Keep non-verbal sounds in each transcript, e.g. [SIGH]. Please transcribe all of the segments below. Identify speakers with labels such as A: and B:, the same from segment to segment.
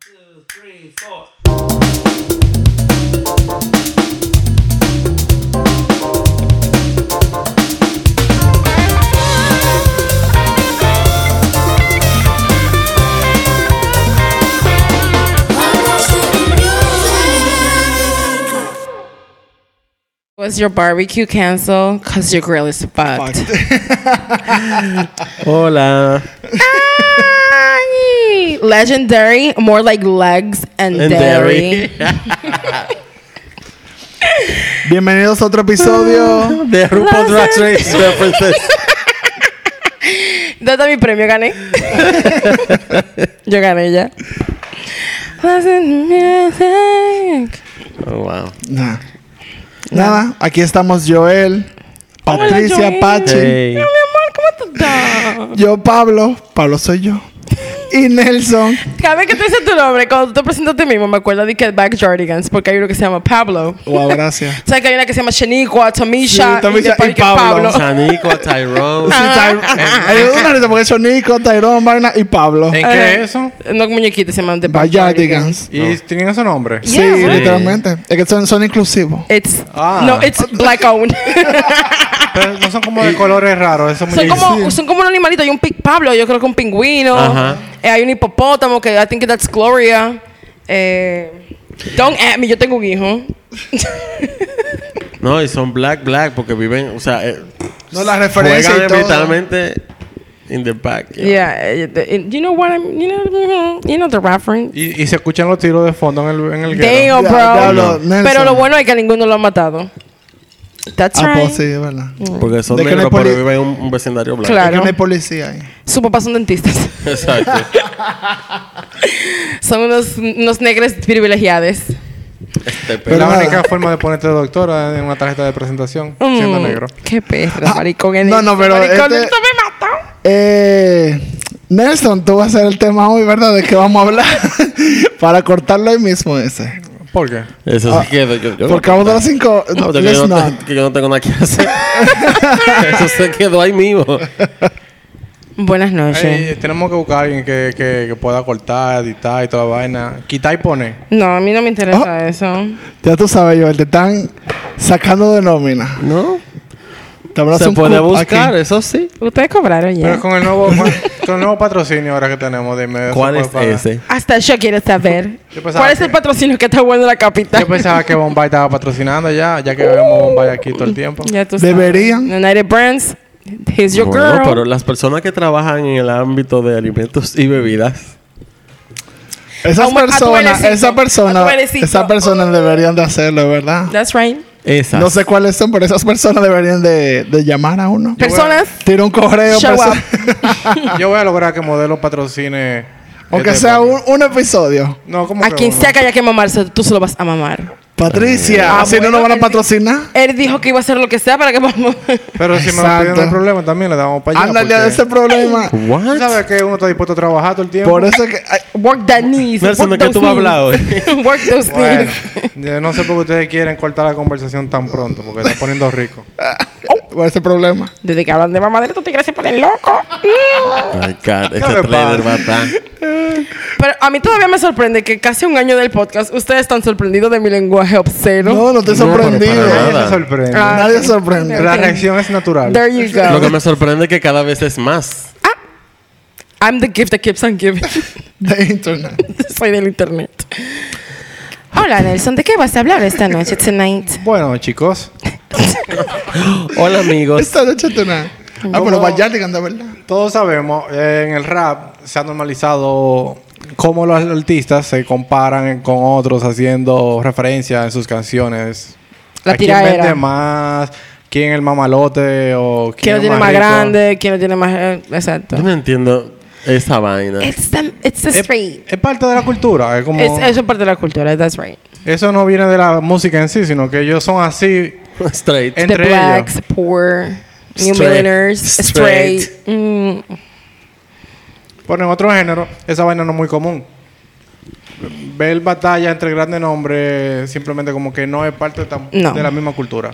A: two, three, four.
B: Was your barbecue canceled? Cause your grill is fucked.
C: Hola.
B: [LAUGHS] Ay, Legendary, more like legs and,
C: And
B: dairy.
D: Bienvenidos a otro
B: Ah.
D: episodio.
C: De RuPaul Drag
D: [LAUGHS]
C: Race references.
B: [LAUGHS] Date mi premio, [LAUGHS] gané. Yo gané ya. Pleasant music.
C: Oh, wow.
D: Nah. Nada, aquí estamos Joel, Patricia,
B: Joel.
D: Pachi,
C: Hey.
B: Mi amor, ¿cómo te estás?
D: yo Pablo, Pablo soy yo, y Nelson.
B: Cada vez que tú dices tu nombre, cuando tú te presentas a ti mismo, me acuerdo de que Back Jordigans, porque hay uno que se llama Pablo.
D: Wow, gracias.
B: ¿Sabes que hay una que se llama Shaniqua, Tomisha,
D: Sí, Tomisha
B: después
D: y
B: de que
D: Pablo.
C: Sanico, Tyrone.
D: Sí,
B: Ah.
D: Ty- Hay una risa porque son Nico, Tyrone, Vaina y Pablo.
E: ¿En
B: Eh,
E: qué es eso?
B: Unos muñequitos se llaman The Back
D: Vaya,
B: Jordigans.
D: digamos.
E: ¿Y tienen ese nombre?
D: Sí,
B: Yeah.
D: literalmente. Es que son, son inclusivos.
B: It's
E: Ah.
B: no, it's black
D: [LAUGHS]
B: owned. [LAUGHS]
E: Pero no son como de colores raros, esos
B: son
E: muñequitos.
B: como son como un animalito, hay un pig Pablo, yo creo que un pingüino,
C: Ajá.
B: Eh, hay un hipopótamo que I think that's Gloria. Eh, don't at me, yo tengo un hijo. [LAUGHS]
C: No, y son black, black, porque viven, o sea, eh,
D: No, las referencias
C: juegan
D: y todo.
C: literalmente in the back. you know.
B: yeah, eh, the- you know what I'm, you know, mm-hmm, you know the reference.
E: Y, y se escuchan los tiros de fondo en el, en el guero.
B: Damn,
D: Ya,
B: bro.
D: diablo,
B: Pero
D: Nelson.
B: lo bueno es que ninguno lo ha matado. That's
D: Ah,
B: right.
D: pues sí, es verdad.
C: Porque son
D: De que no
C: negros,
D: hay
C: pero
D: poli-
C: viven en un, un vecindario blanco.
B: Claro.
D: Es que no hay policía ahí.
B: Su papá son dentistas. [LAUGHS]
C: [LAUGHS] Exacto.
B: son unos, unos negros privilegiados.
C: Este pe-
E: Es la
D: Pero
E: única
D: nada.
E: forma de ponerte doctora en una tarjeta de presentación, siendo
B: Mm,
E: negro. Ah,
B: Qué perra, maricón. en
D: no,
B: eso,
D: no, pero
B: maricón,
D: este-
B: esto me mató.
D: Eh, Nelson, tú vas a ser el tema hoy, ¿verdad? ¿De qué vamos a hablar? [LAUGHS] Para cortarlo ahí mismo ese.
E: ¿Por qué?
C: Eso sí que yo, yo
D: ah, Porque vamos a las 5.
C: no,
D: No,
C: porque yo
D: let's
C: no,
D: not.
C: te- que yo no tengo nada que
D: [LAUGHS]
C: hacer. Eso se quedó ahí mismo.
B: Buenas noches.
E: Ey, tenemos que buscar a alguien que, que, que pueda cortar, editar y toda la vaina. Quitar y poner.
B: No, a mí no me interesa
E: Ah.
B: eso.
D: Ya tú sabes, Joel, te están sacando de nómina.
C: ¿No?
D: Te habrás
C: Se
D: un
C: puede
D: cup
C: buscar,
D: aquí.
C: eso sí.
B: Ustedes cobraron ya.
E: Pero con el nuevo
B: [LAUGHS]
E: con el nuevo patrocinio ahora que tenemos, dime. ¿eso
C: ¿Cuál
E: puede
C: es
E: pagar?
C: ese?
B: Hasta yo quiero saber.
E: Yo pensaba
B: ¿Cuál es el
E: que-
B: patrocinio que está bueno en la capital?
E: Yo pensaba que Bombay estaba patrocinando ya, ya que vemos Bombay aquí todo el tiempo.
B: Ya tú sabes.
D: Deberían.
B: United Brands. He's your
C: Bueno,
B: girl.
C: pero las personas que trabajan en el ámbito de alimentos y bebidas,
D: Esas
B: A tu
D: personas,
B: bailecito,
D: esas
B: a tu
D: personas,
B: bailecito.
D: esas personas deberían de hacerlo, ¿verdad?
B: That's right.
C: esas.
D: No sé cuáles son, pero esas personas deberían de, de llamar a uno.
B: Personas.
D: Tira un correo. pues.
B: Show
D: perso-
E: [LAUGHS] Yo voy a lograr que Modelo patrocine.
D: [LAUGHS] Aunque
E: este
D: sea
E: podcast.
D: un, un episodio.
E: No, como
B: A quien sea que haya que mamarse, tú se lo vas a mamar.
D: Patricia,
B: Ah,
D: si no
B: bueno,
D: nos van a
B: el-
D: patrocinar.
B: Él dijo que iba a hacer lo que sea para que [LAUGHS] vamos.
E: Pero si me lo
D: Exacto.
E: piden, no hay problema. También le damos para allá.
D: Ándale
E: porque
D: a ese problema.
E: Tú
C: What?
E: sabes que uno está dispuesto a trabajar todo el tiempo.
D: Por eso que. ay,
B: Work that knees.
C: Nelson,
B: work
C: ¿de qué tú
B: those
C: vas a hablar
B: knees. [LAUGHS] work those
E: Bueno,
B: knees.
E: yo no sé por qué ustedes quieren cortar la conversación tan pronto, porque está poniendo
D: [LAUGHS]
E: rico.
D: por ese problema.
B: Desde que hablan de mamadera, tú te quieres poner loco.
C: My God,
E: ¿Qué
C: este
E: le
C: trailer
E: pasa?
C: va a estar.
B: Pero a mí todavía me sorprende que casi un año del podcast ustedes están sorprendidos de mi lenguaje obsceno.
D: No, no estoy
C: No, pero
D: sorprendido.
C: para
E: Nadie
C: nada.
E: se sorprende.
B: Ah.
D: Nadie se sorprende.
E: La reacción es natural.
B: There you go.
C: Lo que me sorprende es que cada vez es más.
B: I'm the gift that keeps on giving. [LAUGHS]
D: De internet.
B: Soy del internet. Hola Nelson, ¿de qué vas a hablar esta noche tonight?
E: Bueno, chicos,
C: Hola, amigos.
D: Esta noche tú nada. Ah, pero Bayardi canta, ¿verdad?
E: todos sabemos, eh, en el rap se ha normalizado cómo los artistas se comparan con otros haciendo referencia en sus canciones.
B: La
E: ¿A quién
B: tiraera.
E: vende más? ¿Quién es el mamalote? ¿O
B: ¿Quién
E: quién,
B: lo
E: es
B: tiene más
E: rico?
B: grande? ¿Quién lo tiene más...? eh, exacto.
C: Yo no entiendo esa vaina.
B: It's the, it's the
E: Es,
B: street.
E: es parte de la cultura. Es como,
B: Es- eso es parte de la cultura, that's right.
E: Eso no viene de la música en sí, sino que ellos son así
C: [LAUGHS] Straight.
E: entre
B: the
E: ellos.
B: blacks, poor, new
C: Straight.
B: millionaires, straight.
C: Straight.
B: Mm,
E: Pero en otro género, esa vaina no es muy común. Ver batalla entre grandes nombres simplemente como que no es parte tam-
B: No.
E: de la misma cultura.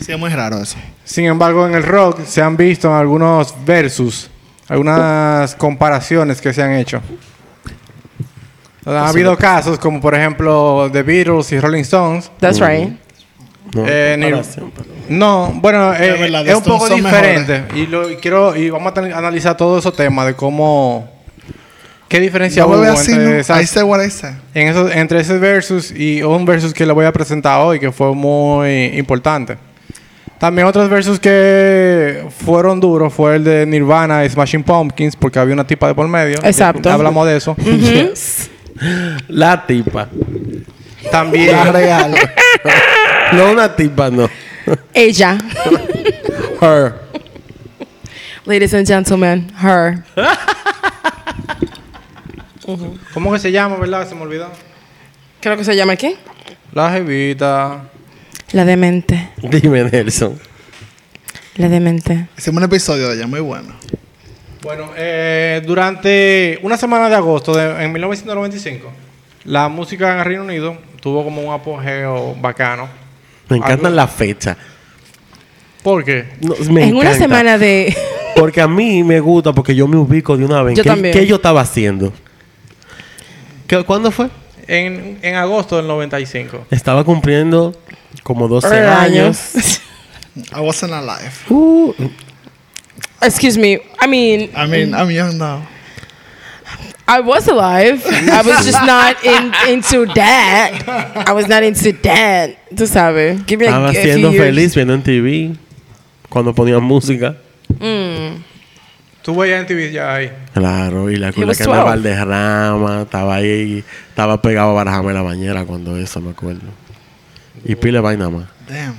D: Sí, es muy raro eso.
E: Sin embargo, en el rock se han visto algunos versus, algunas comparaciones que se han hecho. Ha habido casos como por ejemplo The Beatles y Rolling Stones.
B: That's right.
C: No,
E: Eh, ni-
C: comparación, pero-
E: No, bueno, eh,
D: Es verdad, The
E: es un
D: Stones
E: poco
D: son
E: diferente. Y, lo, y quiero, y vamos a tan- analizar todos esos temas de cómo. ¿Qué diferencia
D: Ya
E: hubo
D: vuelve así,
E: entre
D: ¿no?
E: esas-
D: I say what I say.
E: en esos- entre ese versus y un versus que le voy a presentar hoy que fue muy importante. También otros versus que fueron duros fue el de Nirvana y Smashing Pumpkins porque había una tipa de por medio.
B: Exacto.
E: Hablamos de eso.
C: Yes. La tipa.
E: [LAUGHS] También
D: La real.
C: No una tipa, no.
B: Mm-hmm. Ella.
C: Her.
B: Ladies and gentlemen, her.
E: ¿Cómo que se llama, verdad? Se me olvidó.
B: Creo que se llama aquí.
E: La jevita.
B: La demente.
C: Dime, Nelson.
B: La demente.
D: Hicimos un episodio de ella muy bueno.
E: Bueno, eh, durante una semana de agosto de, en 1995, la música en el Reino Unido tuvo como un apogeo bacano.
C: Me encantan las fechas.
E: ¿Por qué?
C: No, me
B: en una
C: encanta.
B: semana de.
C: Porque a mí me gusta, porque yo me ubico de una vez.
B: Yo
C: ¿Qué,
B: también.
C: qué yo estaba haciendo? ¿Qué- ¿Cuándo fue?
E: En, en agosto del 95.
C: Estaba cumpliendo como 12 años.
B: años.
D: I wasn't alive.
C: Uh,
B: Excuse me. I mean,
D: I mean, I'm young now.
B: I was alive. I was just not in, into that. I was not into that. Tú sabes. Give me a-
C: estaba
B: a few
C: siendo
B: years.
C: feliz viendo en TV. Cuando ponían música.
E: Tú veías en TV ya ahí.
C: Claro, y la con la
B: was
C: que
B: 12.
C: andaba Valderrama, estaba ahí, estaba pegado a Barajame la bañera cuando eso, me acuerdo. Y pile vaina más.
D: Damn.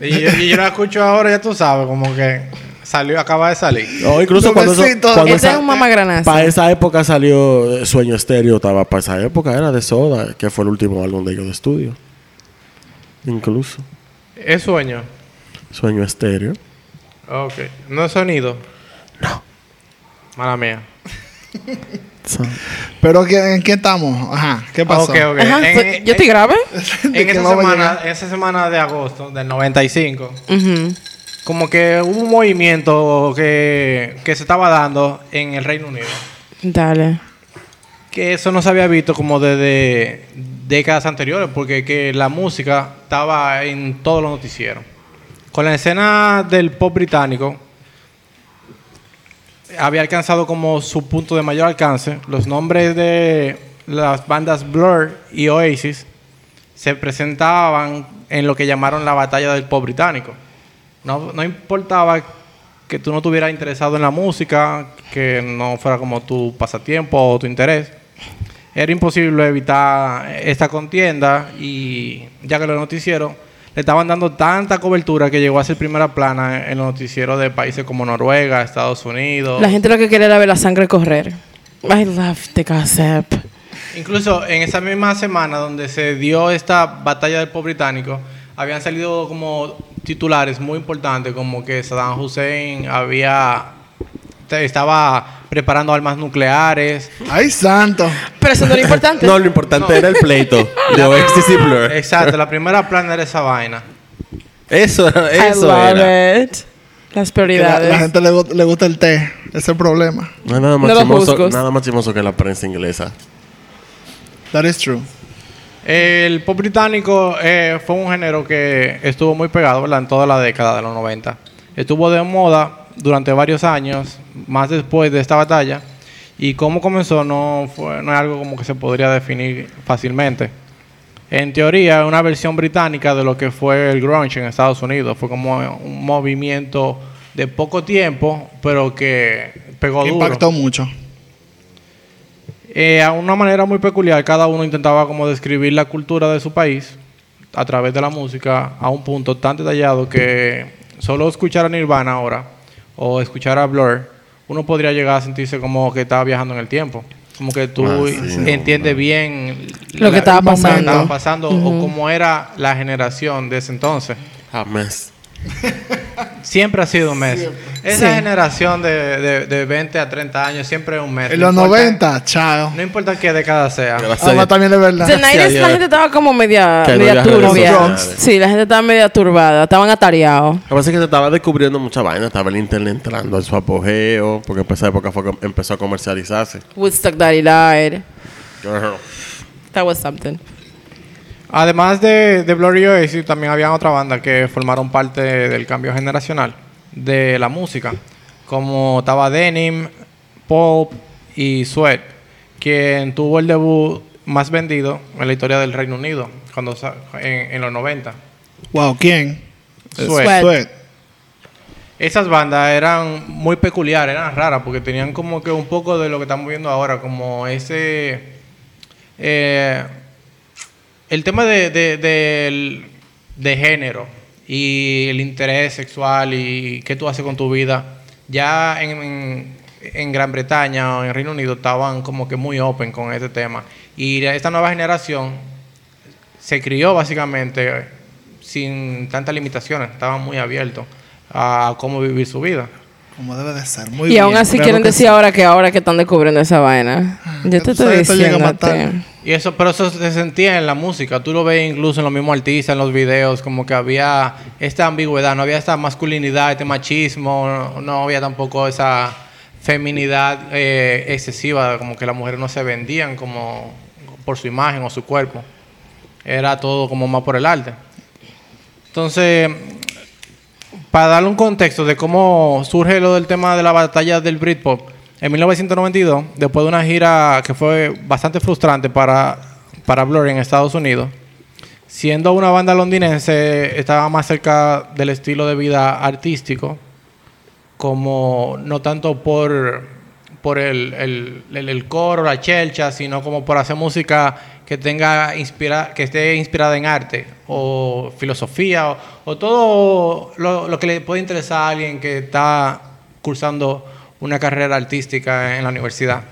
E: Y, [LAUGHS] y yo la escucho ahora, ya tú sabes, como que salió, acaba de salir.
C: O incluso cuando, eso-
D: Nuevecito.
C: cuando
B: Ese es un mamagranazo.
C: para esa época salió eh, Sueño Estéreo, estaba para esa época, era de Soda, que fue el último álbum de ellos de estudio. Incluso
E: Es sueño.
C: Sueño Estéreo.
E: Ok. No es sonido. No. Mala mía.
D: Pero ¿qué- ¿en qué estamos? Ajá, ¿qué pasó?
E: Ok, ok.
B: Ajá,
E: En-
B: fue- ¿Yo te grabé?
D: ¿De
E: en
D: qué
E: esa
D: vamos a
E: semana,
D: llegar?
E: esa semana de agosto del 95,
B: Ujú.
E: como que hubo un movimiento que, que se estaba dando en el Reino Unido.
B: Dale.
E: Que eso no se había visto como desde décadas anteriores, porque que la música estaba en todos los noticieros. Con la escena del pop británico, había alcanzado como su punto de mayor alcance. Los nombres de las bandas Blur y Oasis se presentaban en lo que llamaron la batalla del pop británico. No, no importaba que tú no estuvieras interesado en la música, que no fuera como tu pasatiempo o tu interés. Era imposible evitar esta contienda y ya que los noticieros le estaban dando tanta cobertura que llegó a ser primera plana en los noticieros de países como Noruega, Estados Unidos.
B: La gente lo que quería era ver la sangre correr. I love the gossip.
E: Incluso en esa misma semana donde se dio esta batalla del pop británico, habían salido como titulares muy importantes, como que Saddam Hussein había te- estaba preparando armas nucleares.
D: Ay, santo.
B: Pero eso no era importante.
C: No, lo importante era el pleito
B: [LAUGHS]
C: de Oasis y Blur.
E: Exacto, la primera plana era esa vaina.
C: Eso, era-
B: I
C: eso
B: love
C: era.
B: it. Las
D: Que La,
B: prioridades.
D: la gente le, gu- le gusta el té. Ese es el problema.
C: No hay nada más,
B: No los
C: chimoso,
B: juzgos.
C: nada más chimoso que la prensa inglesa.
D: That is true.
E: El pop británico eh, fue un género que estuvo muy pegado ¿verdad? en toda la década de los 90. Estuvo de moda durante varios años, más después de esta batalla, y cómo comenzó no, fue, no es algo como que se podría definir fácilmente. En teoría, una versión británica de lo que fue el grunge en Estados Unidos. Fue como un movimiento de poco tiempo, pero que pegó duro.
D: Impactó mucho.
E: Eh, a una manera muy peculiar, cada uno intentaba como describir la cultura de su país a través de la música a un punto tan detallado que solo escuchar a Nirvana ahora o escuchar a Blur, uno podría llegar a sentirse como que estaba viajando en el tiempo. Como que tú
C: Ah, sí, no,
E: entiendes bien
B: Lo que estaba
E: lo
B: pasando.
E: estaba pasando o cómo era la generación de ese entonces.
C: Jamás.
E: Siempre ha sido un mes. Esa
B: Sí.
E: generación de, de, de 20 a 30 años siempre es un mes.
D: En
E: No
D: los
E: importa-
D: 90, chao.
E: No importa qué década sea.
C: Gracias a
D: Ahora
C: Dios.
D: también es verdad.
B: The night is-
C: Dios.
B: la gente estaba como media,
C: Que no
B: media
C: había redes
B: turbia.
C: sociales.
B: Sí, la gente estaba media turbada. Estaban atareados.
C: Lo que pasa es que se estaba descubriendo mucha vaina. Estaba el internet entrando en su apogeo. Porque en esa época fue que empezó a comercializarse.
B: Woodstock Daddy Light.
C: Que Girl.
B: That was something.
E: Además de, de Blur y Oasis, también había otra banda que formaron parte del cambio generacional de la música, como estaba Denim, Pulp y Sweat, quien tuvo el debut más vendido en la historia del Reino Unido cuando sa- en, en los 90.
D: Wow, ¿quién?
E: Sweat.
B: Sweat.
D: Sweat.
E: Esas bandas eran muy peculiares, eran raras, porque tenían como que un poco de lo que estamos viendo ahora, como ese... eh, el tema de, de- del- de género y el interés sexual y qué tú haces con tu vida, ya en, en- en Gran Bretaña o en Reino Unido estaban como que muy open con este tema. Y esta nueva generación se crió básicamente eh, sin tantas limitaciones, estaban muy abiertos a cómo vivir su vida.
D: Como debe de ser. Muy
B: Y
D: bien.
B: aún así
D: claro
B: quieren
D: que
B: decir
D: sí.
B: ahora que ahora que están descubriendo esa vaina.
D: ya
B: Yo te
D: tú sabes,
B: estoy
D: esto llega a matar.
B: diciéndote.
E: Y eso, pero eso se sentía en la música. Tú lo ves incluso en los mismos artistas, en los videos, como que había esta ambigüedad, no había esta masculinidad, este machismo, no, no había tampoco esa feminidad eh, excesiva, como que las mujeres no se vendían como por su imagen o su cuerpo. Era todo como más por el arte. Entonces, para darle un contexto de cómo surge lo del tema de la batalla del Britpop, en 1992, después de una gira que fue bastante frustrante para, para Blur en Estados Unidos, siendo una banda londinense, estaba más cerca del estilo de vida artístico, como no tanto por, por el, el- el- el coro, la chelcha, sino como por hacer música que tenga inspira, que esté inspirada en arte o filosofía o, o todo lo, lo que le puede interesar a alguien que está cursando una carrera artística en la universidad.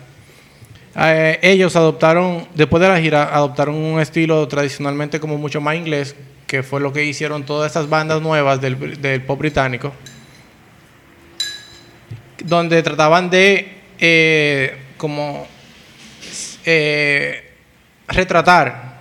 E: Eh, ellos adoptaron, después de la gira, adoptaron un estilo tradicionalmente como mucho más inglés, que fue lo que hicieron todas estas bandas nuevas del, br- del pop británico donde trataban de eh, como eh, retratar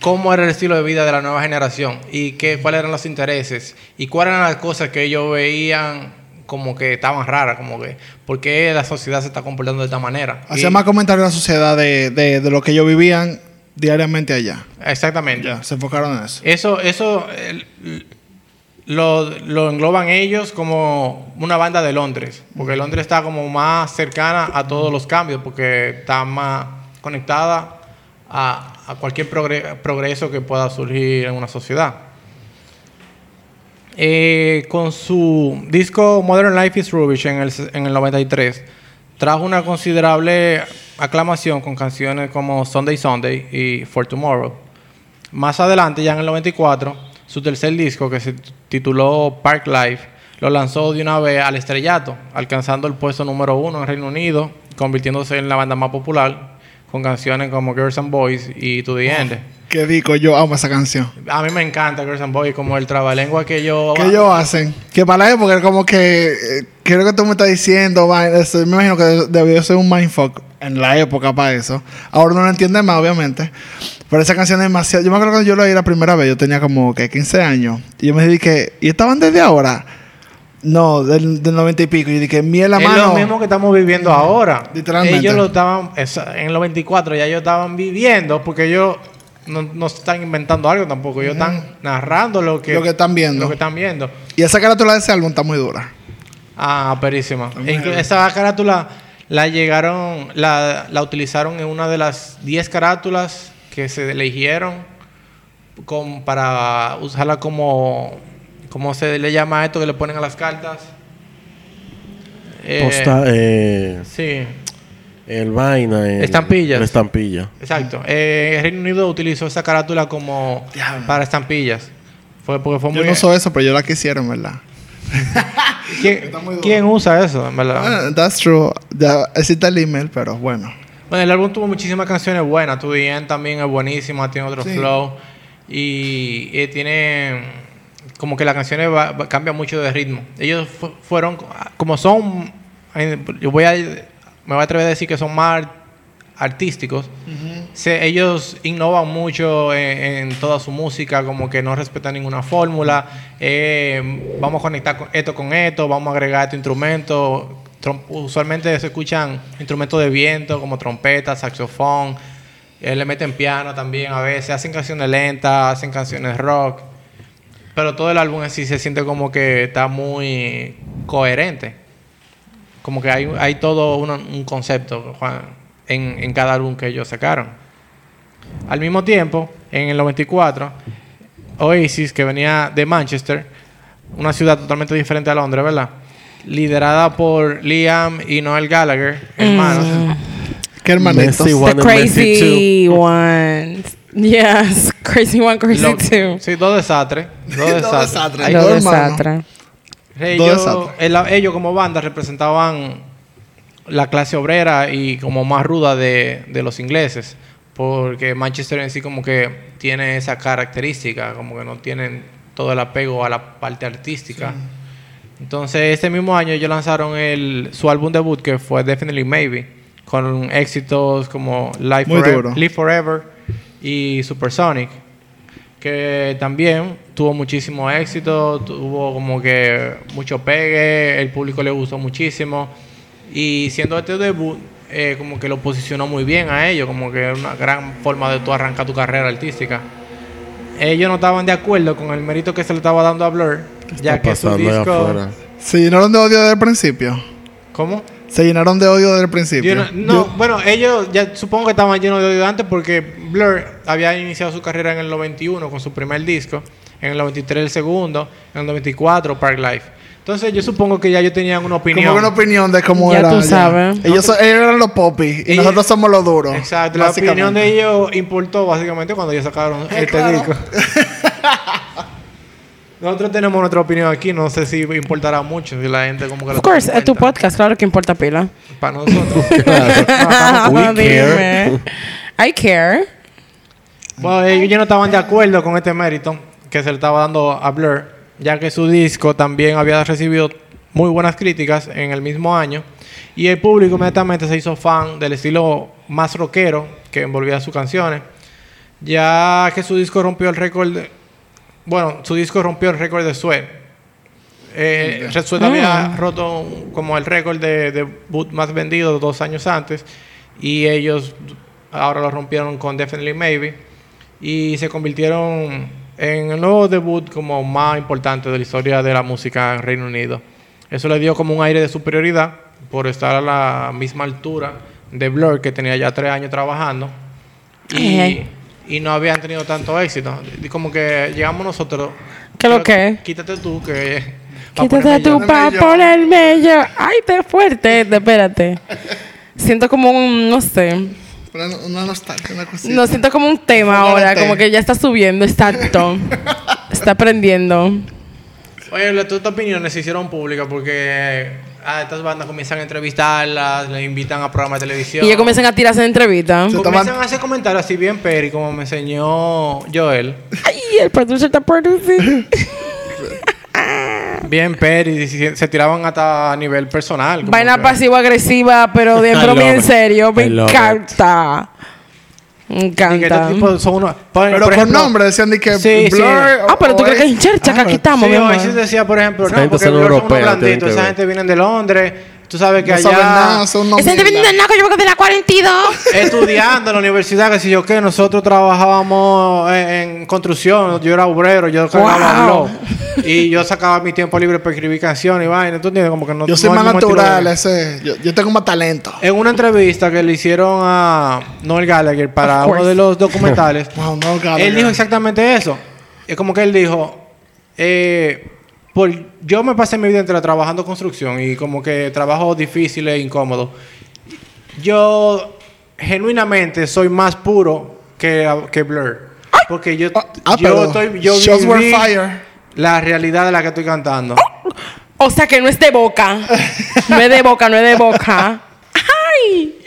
E: cómo era el estilo de vida de la nueva generación y qué, cuáles eran los intereses y cuáles eran las cosas que ellos veían como que estaban raras, como que por qué la sociedad se está comportando de esta manera.
D: Hacía
E: Y-
D: más comentarios de la sociedad de, de, de lo que ellos vivían diariamente allá.
E: Exactamente.
D: Ya, se enfocaron en eso.
E: Eso, eso eh, l- lo, lo engloban ellos como una banda de Londres, porque Londres está como más cercana a todos los cambios, porque está más conectada a, a cualquier progre- progreso que pueda surgir en una sociedad. Eh, con su disco Modern Life is Rubbish en el, s- en el 93, trajo una considerable aclamación con canciones como Sunday Sunday y For Tomorrow. Más adelante, ya en el 94, su tercer disco, que se tituló Park Life, lo lanzó de una vez al estrellato, alcanzando el puesto número uno en Reino Unido, convirtiéndose en la banda más popular, con canciones como Girls and Boys y To the End.
D: ¿Qué digo? Yo amo esa canción.
E: A mí me encanta Girls and Boys, como el trabalengua que yo...
D: ¿Qué ellos hacen? Que para ellos, porque como que. eh, Creo que tú me estás diciendo, va, eso, me imagino que debió ser un mindfuck en la época para eso. Ahora no lo entiende más, obviamente. Pero esa canción es demasiado. Yo me acuerdo que yo la oí la primera vez, yo tenía como que 15 años. Y yo me dije, ¿y estaban desde ahora? No, del, del 90 y pico. Y dije, miel la
E: es
D: mano.
E: lo mismo que estamos viviendo ahora.
D: Literalmente.
E: Ellos lo estaban, esa- en los 24 ya ellos estaban viviendo, porque ellos no, no se están inventando algo tampoco, ellos están narrando lo que,
D: Lo que están viendo.
E: Lo que están viendo.
D: Y esa carátula de ese álbum está muy dura.
E: Ah, perísima. Inclu- Esa carátula la llegaron, la, la utilizaron en una de las 10 carátulas que se eligieron con- para usarla como, ¿cómo se le llama a esto que le ponen a las cartas? Eh,
C: Posta- eh,
E: Sí,
C: el vaina. el-
E: Estampillas.
C: La estampilla.
E: exacto. Eh, Reino Unido utilizó esa carátula como
D: Diablo.
E: para estampillas. Fue porque fue
D: Yo
E: muy.
D: no uso eso, pero yo la quisiera, en verdad.
E: ¿Quién, quién usa eso? en verdad?
D: Ah, that's true. Ya existe el email, pero bueno.
E: Bueno, el álbum tuvo muchísimas canciones buenas. Tu DN también es buenísima, tiene otro flow. Y, eh, tiene. Como que las canciones va- va- cambian mucho de ritmo. Ellos fu- fueron. ah, Como son. eh, Yo voy a. Me voy a atrever a decir que son más artísticos. Se- ellos innovan mucho en, en toda su música, como que no respetan ninguna fórmula. Eh, vamos a conectar con- esto con esto, vamos a agregar este instrumento. Trom- usualmente se escuchan instrumentos de viento como trompeta, saxofón, Eh, le meten piano también a veces, hacen canciones lentas, hacen canciones rock. Pero todo el álbum en sí se siente como que está muy coherente. Como que hay, hay todo un, un concepto Juan, en, en cada álbum que ellos sacaron. Al mismo tiempo, en el 94, Oasis, que venía de Manchester, una ciudad totalmente diferente a Londres, ¿verdad? Liderada por Liam y Noel Gallagher, hermanos.
D: Qué hermanito. [LAUGHS]
C: Messi,
B: The
C: one and
B: crazy
C: Messi,
B: one. Yes, [LAUGHS] crazy one, crazy
E: Lo-
B: two.
E: sí, dos desastres.
D: [LAUGHS]
E: Dos
D: Dos
E: desastres.
D: desastres.
E: Ahí
D: Lo
B: Lo
D: dos
B: de
D: hermanos.
B: Satra.
E: Ellos,
D: desastres.
E: el- ellos como banda representaban la clase obrera y como más ruda de, de los ingleses. Porque Manchester en sí como que tiene esa característica, como que no tienen todo el apego a la parte artística. Entonces, ese mismo año ellos lanzaron el, su álbum debut que fue Definitely Maybe, con éxitos como Live
D: Muy
E: Forever,
D: duro.
E: Live Forever y Supersonic, que también tuvo muchísimo éxito, tuvo como que mucho pegue, el público le gustó muchísimo y siendo este debut eh, como que lo posicionó muy bien a ellos, como que era una gran forma de tú arrancar tu carrera artística. Ellos no estaban de acuerdo con el mérito que se le estaba dando a Blur, ya
C: está
E: que su
C: pasando ahí
E: disco
C: afuera?
D: Se llenaron de odio desde el principio.
E: ¿Cómo?
D: Se llenaron de odio desde el principio.
E: Yo no, no, bueno, ellos ya supongo que estaban llenos de odio antes porque Blur había iniciado su carrera en el 91 con su primer disco, en el 93 el segundo, en el 94 Park Life. Entonces yo supongo que ya yo tenía una opinión.
D: Como una opinión de cómo
B: Ya
D: era.
B: tú sabes.
D: Ellos, son- ellos eran los popis y,
E: Y-
D: nosotros somos los duros.
E: Exacto, la
D: básicamente.
E: opinión de ellos importó básicamente cuando
B: [LAUGHS]
E: ellos sacaron este
D: claro.
E: disco. [LAUGHS] Nosotros tenemos nuestra opinión aquí, no sé si importará mucho si la gente como que lo
B: Of course,
E: toma en
B: es tu
E: cuenta.
B: podcast, claro que importa
D: [LAUGHS]
B: pila.
E: para nosotros.
B: [LAUGHS]
C: We care.
B: Dime. I care.
E: Bueno, eh, ellos ya no estaban de acuerdo con este mérito que se le estaba dando a Blur, ya que su disco también había recibido muy buenas críticas en el mismo año y el público inmediatamente se hizo fan del estilo más rockero que envolvía sus canciones, ya que su disco rompió el récord, de- bueno, su disco rompió el récord de Sweat. Eh, Sweat había roto un- como el récord de debut más vendido dos años antes y ellos ahora lo rompieron con Definitely Maybe y se convirtieron en el nuevo debut como más importante de la historia de la música en Reino Unido. Eso le dio como un aire de superioridad por estar a la misma altura de Blur que tenía ya tres años trabajando
B: Ay,
E: y,
B: ay.
E: y no habían tenido tanto éxito. Y Como que llegamos nosotros.
B: ¿Qué lo
E: pero
B: que?
E: Quítate tú que... [LAUGHS] pa'
B: Quítate
E: ponerme yo.
B: tú
D: yo.
B: pa'
D: Ponerme yo.
B: ponerme yo. Ay, te fuerte,
E: [LAUGHS]
B: espérate. Siento como un, no sé.
D: Pero no- Una nostalgia, una cosita.
B: No siento como un tema
D: Fuerte.
B: ahora, como que ya está subiendo, exacto. está aprendiendo.
E: Oye, la- todas estas opiniones se hicieron públicas porque ah, estas bandas comienzan a entrevistarlas, le invitan a programas de televisión.
B: Y ya comienzan a tirarse de entrevista.
D: Se
E: comienzan
D: toman-
E: a hacer comentarios así bien peri, como me enseñó Joel.
B: Ay, el producer está producing.
E: Bien peri, y se se tiraban hasta a nivel personal. como
B: Vaina
E: que-
B: pasivo-agresiva, pero de
C: I
B: broma y
C: love
B: en
C: it.
B: serio. Me
C: I love it.
B: encanta. Me
E: y que
B: encanta.
E: este tipo son unos- por-
D: Pero
E: por
D: con
E: ejemplo,
D: nombre decían de que
E: Sí, sí.
D: Blur
B: Ah, pero tú
D: o
B: crees que en
D: Oasis.
B: Chercha, que aquí estamos, mi
E: Oh, Sí, oh,
B: amor.
E: Oasis decía, por ejemplo,
C: Esa
E: no,
C: gente
E: porque
C: son
E: ellos son unos
C: europeos, no tienen
E: blanditos,
C: que
E: esa
C: ver.
E: gente viene de Londres, tú sabes que
D: No saben
E: allá
D: nada, son
B: Esa gente
D: humildes.
B: vendiendo nada que yo voy a de la 42.
E: estudiando en la universidad, que si yo qué, nosotros trabajábamos en, en construcción, yo era obrero, yo cargaba
B: Wow.
E: blog, y yo sacaba mi tiempo libre para escribir canciones y vaina, tú entiendes, como que no
D: Yo soy
E: no hay
D: más
E: ningún estilo de- Eh,
D: natural, ese. Yo, yo tengo más talento.
E: En una entrevista que le hicieron a Noel Gallagher para
B: Of course.
E: uno de los documentales,
D: [LAUGHS] Wow, no, Gallagher.
E: Él dijo exactamente eso. Es como que él dijo, eh, por, yo me pasé mi vida entera trabajando construcción y como que trabajo difícil e incómodo. Yo genuinamente soy más puro que, que Blur. Porque yo,
D: Ah, ah,
E: yo
D: pero
E: estoy, yo
D: shots
E: viví
D: were fire.
E: la realidad de la que estoy cantando.
B: O sea que no es de boca. No es de boca, no es de boca. ¡Ay!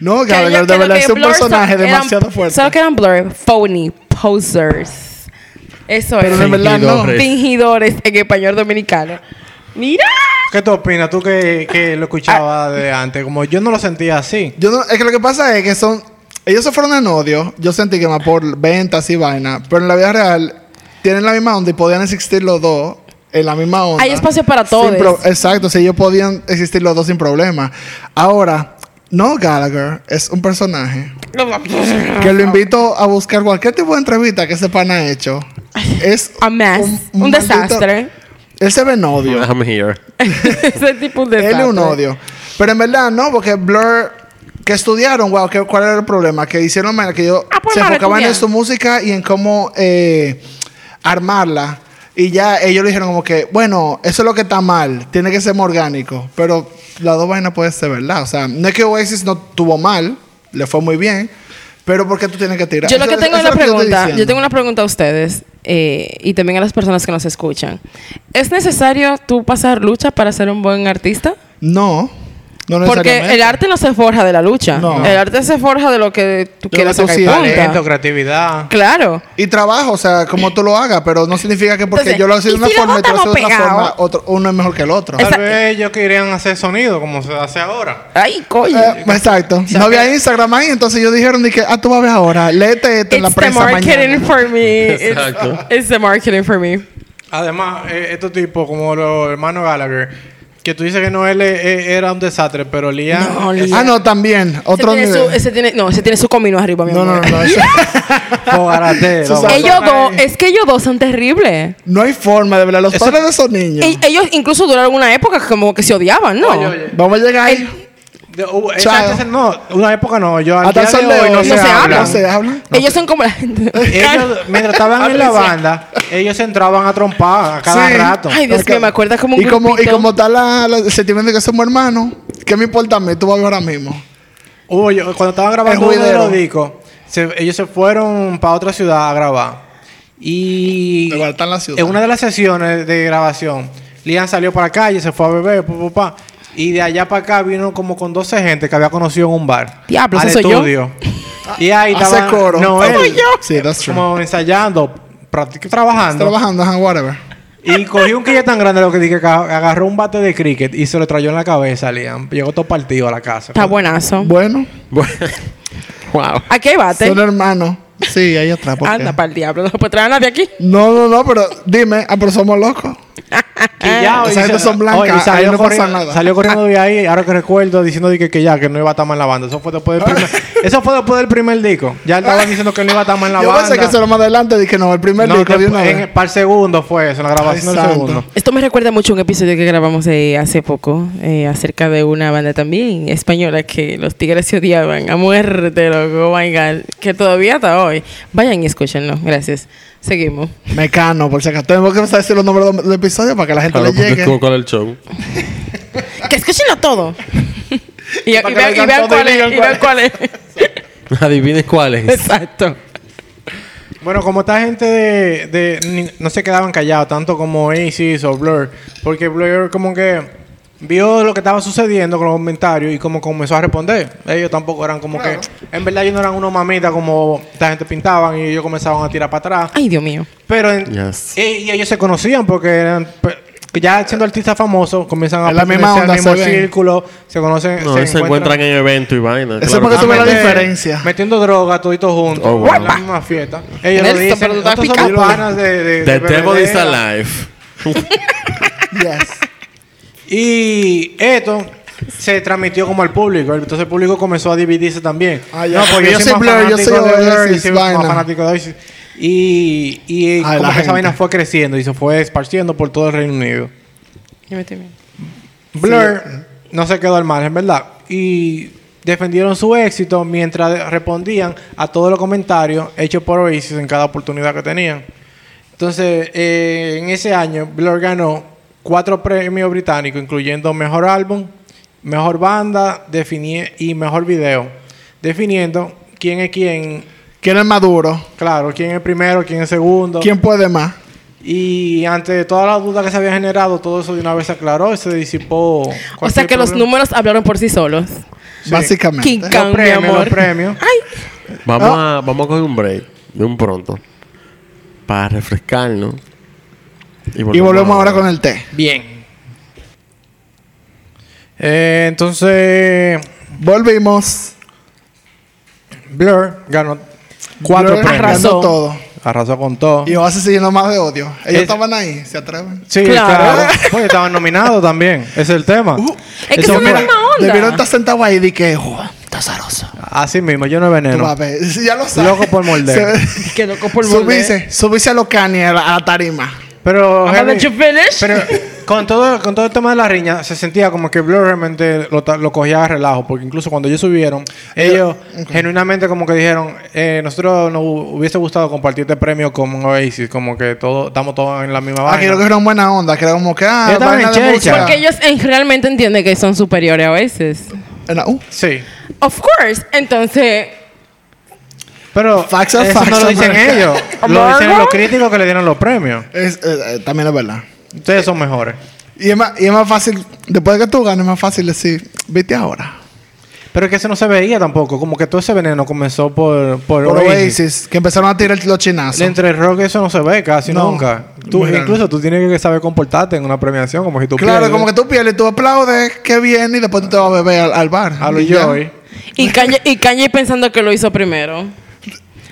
D: No,
B: Que
D: Gallagher,
B: ellos-
D: de
B: que lo
D: verdad
B: que
D: es un
B: Blur
D: personaje
B: son- eran-
D: demasiado
B: Solo
D: fuerte.
B: que eran blur, phony, posers. Eso es.
D: Pero de verdad no.
C: Fingidores.
B: Fingidores en español dominicano. ¡Mira!
E: ¿Qué tú opinas? Tú que, que lo
D: Ah.
E: escuchabas de antes. Como yo no lo sentía así.
D: Yo no, es que lo que pasa es que son. Ellos se fueron en odio. Yo sentí que más por ventas y vaina. Pero en la vida real tienen la misma onda y podían existir los dos en la misma onda.
B: Hay espacio para
D: Sin
B: todos.
D: pro- exacto, si ellos podían existir los dos sin problema. Ahora, No Gallagher es un personaje que lo invito a buscar cualquier tipo de entrevista que ese pan ha hecho. Es
B: [LAUGHS] A mess. Un,
D: maldito- [LAUGHS]
B: desastre.
D: Él se ve en odio.
C: I'm here.
B: Ese tipo un desastre.
D: Él es un odio. Pero en verdad, no, porque Blur, que estudiaron, wow, que- ¿cuál era el problema? Que hicieron manera que yo
B: Ah, pues,
D: se
B: vale,
D: enfocaban en
B: estudiar.
D: su música y en cómo eh, armarla. Y ya ellos le dijeron como que, bueno, eso es lo que está mal, tiene que ser más orgánico. Pero las dos vainas pueden ser verdad. O sea, no es que Oasis no tuvo mal, le fue muy bien, pero ¿por qué tú tienes que tirar?
B: Yo lo
D: Eso-
B: que tengo
D: eso
B: es una
D: es lo que estoy
B: pregunta. Yo
D: diciendo.
B: tengo una pregunta a ustedes eh, y también a las personas que nos escuchan. ¿Es necesario tú pasar lucha para ser un buen artista?
D: No, no necesariamente.
B: Porque el arte no se forja de la lucha.
D: No.
B: El arte se forja de lo que tú
D: que
B: quieras
D: tú
B: sacar
D: sientas.
B: punta.
E: Talento, creatividad.
B: Claro.
D: Y trabajo, o sea, como tú lo hagas, pero no significa que porque
B: Entonces,
D: yo lo hice de
B: ¿y
D: una
B: si los
D: forma y tú lo haces
B: dos
D: de otra
B: estamos
D: forma,
B: pegados?
D: otro, uno es mejor que el otro.
E: Tal
B: Exacto.
E: vez ellos querían hacer sonido como se hace ahora.
B: Ay, coño.
D: Eh, exacto. No había Instagram ahí, entonces ellos dijeron de que, ah, tú vas a ver ahora, léete esto en la
B: It's the
D: prensa
B: marketing
D: mañana.
B: for me. It's-
C: Exacto.
B: It's, the marketing for me.
E: Además, eh, estos tipos como los hermanos Gallagher, que tú dices que Noel eh, era un desastre, pero Liam... eh,
B: No,
E: es-
B: Liam.
D: Ah, no, también,
B: Ese
D: otro
B: tiene, su,
D: nivel.
B: ese tiene, no, ese tiene su comino arriba, mi
D: No, no,
B: amor. [LAUGHS]
D: no, no,
E: [LAUGHS]
D: eso-
E: Fogarate,
D: Sus
E: loco.
D: Ellos
B: Ellos dos, es que ellos dos son terribles.
D: no hay forma, de verdad, los
E: Eso-
D: padres de esos niños.
B: E- Ellos incluso duraron una época como que se odiaban, ¿no?
E: Oye, oye.
D: Vamos a llegar ahí.
E: De- hubo- esa
D: Chao.
E: antes- no, una época no. Yo al
D: Hasta
E: día
D: el sol
E: de
D: de
E: hoy no,
D: hoy
E: se,
D: No
E: hablan.
D: Eh, se hablan.
B: Ellos son como la gente.
E: Ellos, mientras estaban en la
B: Aprecia.
E: banda, ellos entraban a trompar a cada
D: Sí.
E: rato.
B: Ay, Dios
D: Porque-
B: mío, me acuerdas como un
D: y como, y
B: grupito.
D: como está la, la- el sentimiento de que somos hermanos, ¿qué me importa a mí? Tú vas a ver ahora mismo.
E: Hubo yo- cuando estaban
D: El
E: grabando uno de
D: juidero.
E: los discos, se- ellos se fueron para otra ciudad a grabar. Y
D: Pero está en la ciudad.
E: una de las sesiones de grabación, Lian salió para la calle, se fue a beber, pa, pa, pa. y de allá para acá vino como con 12 gente que había conocido en un bar.
B: Diablo,
E: al
B: ¿ese soy yo?
E: estudio. Y ahí
D: Hace
E: estaba
D: coro.
E: Noel,
D: Soy yo. Sí, that's true.
E: como ensayando, practic- trabajando.
D: Trabajando, ajá, whatever.
E: Y cogió un quille tan grande lo que dije que agarró un bate de cricket y se lo trayó en la cabeza, Liam. Llegó todo partido a la casa.
B: Está buenazo.
D: Bueno,
C: wow.
B: Aquí hay bate.
D: son hermanos. Sí, ahí atrás. ¿por qué?
B: Anda para el diablo. No puede traer a nadie aquí.
D: No, no, no, pero dime, ah, pero somos locos.
E: Y ya,
D: Ah, Esas
E: oye,
D: gentes
E: se-
D: son blancas,
E: oye,
D: ahí
E: salió,
D: no
E: corri-
D: pasa nada.
E: salió corriendo de ahí, ahora que recuerdo, diciendo de que, que ya, que no iba a estar más en la banda. Eso fue después del primer,
D: [LAUGHS]
E: eso fue después del primer disco. Ya estaban diciendo que no iba a estar más en la
D: Yo
E: banda.
D: pensé que se lo más adelante, dije, no, el primer
E: No,
D: disco de
E: después-
D: una
E: en
D: vez.
E: el par segundo fue eso, en la grabación
D: Ay,
E: del
D: santo.
E: segundo.
B: Esto me recuerda mucho a un episodio que grabamos eh, hace poco eh, acerca de una banda también española que los tigres se odiaban a muerte, loco, oh my God, que todavía hasta hoy. Vayan y escúchenlo, gracias. Seguimos.
D: Mecano, por si acaso. Tenemos que empezar a decir los nombres del- del episodio para que la gente
C: Claro,
D: le
C: porque
D: llegue.
C: estuvo con el show.
B: Que escúchenlo todo. y, y
E: Para
B: vean, y
E: que lo
B: vean
E: digan todo y
B: cuál es,
E: digan
B: y vean cuál es. [LAUGHS]
C: Adivinen cuál es.
B: Exacto.
E: Bueno, como esta gente de, de- ni- no se quedaban callados, tanto como Oasis o Blur, porque Blur como que vio lo que estaba sucediendo con los comentarios y como comenzó a responder. Ellos tampoco eran como que, en verdad ellos no eran unos mamitas como esta gente pintaban y ellos comenzaban a tirar para atrás.
B: Ay, Dios mío.
E: Pero en-
C: Yes.
E: eh, y ellos se conocían porque eran, pe- ya siendo artistas famosos comienzan a
D: En la misma
E: pertenecer al
D: onda,
E: mismo
D: se ven.
E: círculo, se conocen,
C: No, se, encuentran en evento y vaina.
D: Eso porque
C: que
D: se ve la
C: sí.
E: Metiendo-
D: diferencia.
E: Metiendo droga toditos juntos.
C: Oh, wow.
E: En la misma fiesta. Ellos
B: Nelson,
E: lo dicen.
B: pero tú estás
E: "Nosotros somos
B: picado".
E: panas de, de, de
C: The devil is
E: bebedera".
C: alive.
D: Yes.
E: Y esto se transmitió como al público. Entonces el público comenzó a dividirse también.
D: Ah, ya. Yo soy
E: más
D: Blur, yo
E: fanático
D: soy
E: de
D: Oasis,
E: yo soy más
D: vaina.
E: fanático de Oasis. Y, y
D: Ay, la
E: como que
D: gente.
E: esa vaina fue creciendo y se fue esparciendo por todo el Reino Unido.
B: Yo me estoy bien.
E: Blur no se quedó al margen, ¿verdad? Y defendieron su éxito mientras respondían a todos los comentarios hechos por Oasis en cada oportunidad que tenían. Entonces, eh, en ese año, Blur ganó cuatro premios británicos, incluyendo Mejor Álbum, Mejor Banda defini- y Mejor Video, definiendo quién es quién,
D: ¿Quién es maduro?
E: claro, quién es primero, quién es segundo.
D: ¿Quién puede más?
E: Y ante todas las dudas que se había generado, todo eso de una vez se aclaró y se disipó.
B: O sea
E: cualquier
B: que los
E: problema.
B: números hablaron por sí solos.
D: Básicamente.
B: King
E: Los
B: Kong, mi
E: premios,
B: amor.
E: los premios.
B: Ay,
C: Vamos,
D: Ah.
C: a, vamos a coger un break de un pronto para refrescarnos.
D: Y volvemos ahora con el té.
E: Bien. Eh, entonces,
D: Volvimos.
E: Blur ganó cuatro
D: Blur
E: premios.
D: ganó
B: Arrasó.
D: todo.
E: arrasó con todo.
D: Y Oasis se llenó más de odio. Ellos
E: Es-
D: estaban ahí, se atreven.
E: Sí,
B: Claro.
E: claro. Porque estaban nominados también. Ese es el tema.
B: Es que
E: Eso
B: son de
E: fue-
B: la misma onda.
D: Debieron estar sentados ahí y que, "Uah, está zaroso.
E: Así mismo, yo no
D: Tú
E: veneno.
D: vas a ver. [LAUGHS] Ya lo sabes.
E: Loco por morder.
D: Se-
B: Que loco por
D: Subirse, subirse a los canes, a la, a la tarima.
E: Pero,
B: I'm gonna
E: Henry,
B: let you finish.
E: pero con, todo, con todo el tema de la riña, se sentía como que Blur realmente lo, ta- lo cogía de relajo. Porque incluso cuando ellos subieron,
D: Eh,
E: ellos genuinamente como que dijeron, eh, nosotros nos hu- hubiese gustado compartir este premio con Oasis. Como que todos, estamos todos en la misma
D: Ah, que
E: vaina.
D: creo que era una buena onda, que era como que, ah,
E: Ellos estaban
D: vaina
E: en
D: de
E: chercha.
D: música.
B: Porque ellos eh, realmente entienden que son superiores a veces.
D: Era, uh,
E: Sí.
B: Of course. Entonces,
E: Pero
D: Facts are
E: eso
D: facts,
E: no lo dicen
D: America.
E: ellos. Lo
B: Amargo.
E: dicen los críticos que le dieron los premios.
D: es, eh, eh, también es verdad. Eh.
E: Ustedes son mejores.
D: Y es, más, y es más fácil, después de que tú ganes, es más fácil decir, viste ahora.
E: Pero es que eso no se veía tampoco. Como que todo ese veneno comenzó por, por,
D: Por
E: Oasis.
D: Oasis, que empezaron a tirar los chinazos.
E: Entre el rock eso no se ve casi
D: No.
E: nunca. Tú,
D: Bueno.
E: incluso tú tienes que saber comportarte en una premiación como si tú
D: Claro,
E: pierdes
D: como que tú pierdes, tú aplaudes, que bien, y después tú te vas a beber al, al bar.
E: a eh. los
D: Y ya.
E: Joy.
B: y Kanye, y Kanye pensando que lo hizo primero.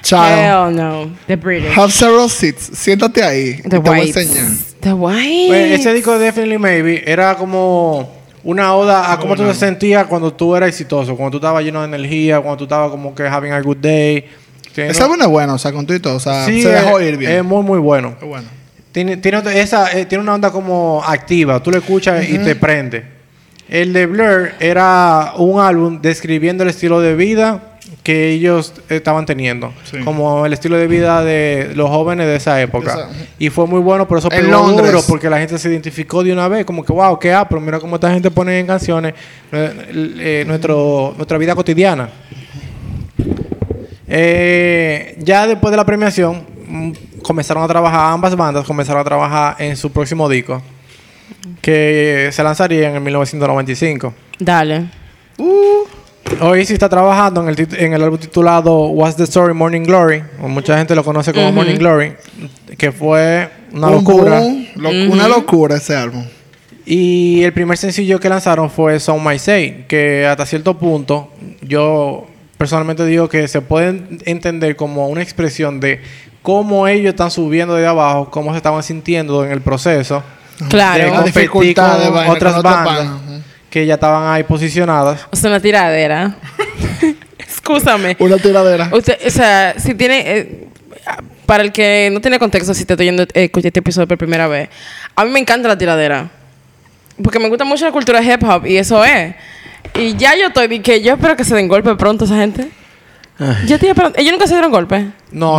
D: Chao.
B: Hell no. The British.
D: Have several seats. Siéntate ahí. y
B: The
D: te voy a
B: Whites.
D: enseñar.
B: The Whites.
E: Pues, ese disco de Definitely Maybe era como una oda a cómo tú te sentías cuando tú eras exitoso, cuando tú estabas lleno de energía, cuando tú estabas como que having a good day. Teniendo-
D: Está bueno, bueno, o sea, con tu y todo. O sea,
E: Sí,
D: se dejó
E: es-
D: ir bien.
E: Es muy, muy bueno.
D: Qué bueno.
E: Tiene, tiene, otra- esa, eh, tiene una onda como activa. Tú lo escuchas y te prende. El de Blur era un álbum describiendo el estilo de vida que ellos estaban teniendo.
D: Sí.
E: Como el estilo de vida de los jóvenes de esa época.
D: Esa-
E: Y fue muy bueno, pero eso
D: En
E: pegó
D: Londres.
E: duro porque la gente se identificó de una vez. Como que, wow, qué ah, pero mira cómo esta gente pone en canciones eh, eh, nuestro, nuestra vida cotidiana. Eh, ya después de la premiación, mm, comenzaron a trabajar, ambas bandas comenzaron a trabajar en su próximo disco, que se lanzaría en el 1995.
B: Dale.
E: Oasis está trabajando en el, tit- en el álbum titulado What's the Story Morning Glory, o mucha gente lo conoce como Morning Glory, que fue una
D: Boom,
E: locura.
D: boom. Lo- Una locura ese álbum.
E: Y el primer sencillo que lanzaron fue Some My Say, que hasta cierto punto yo personalmente digo que se pueden entender como una expresión de cómo ellos están subiendo de abajo, cómo se estaban sintiendo en el proceso de
B: Claro.
D: La
E: competir
D: dificultad de
E: con
D: vaina,
E: otras
D: con otras
E: bandas
D: bandas, ujú.
E: que ya estaban ahí posicionadas.
B: O sea, una
D: [LAUGHS]
B: tiradera. Excúsame.
D: Una tiradera.
B: Usted, o sea, si tiene. eh, para el que no tiene contexto, si te estoy oyendo, eh, escuché este episodio por primera vez. A mí me encanta la tiradera. Porque me gusta mucho la cultura hip hop y eso es. Y ya yo estoy, di que yo espero que se den golpe pronto esa gente. Yo estoy esperando. Ellos nunca se dieron golpe.
E: No,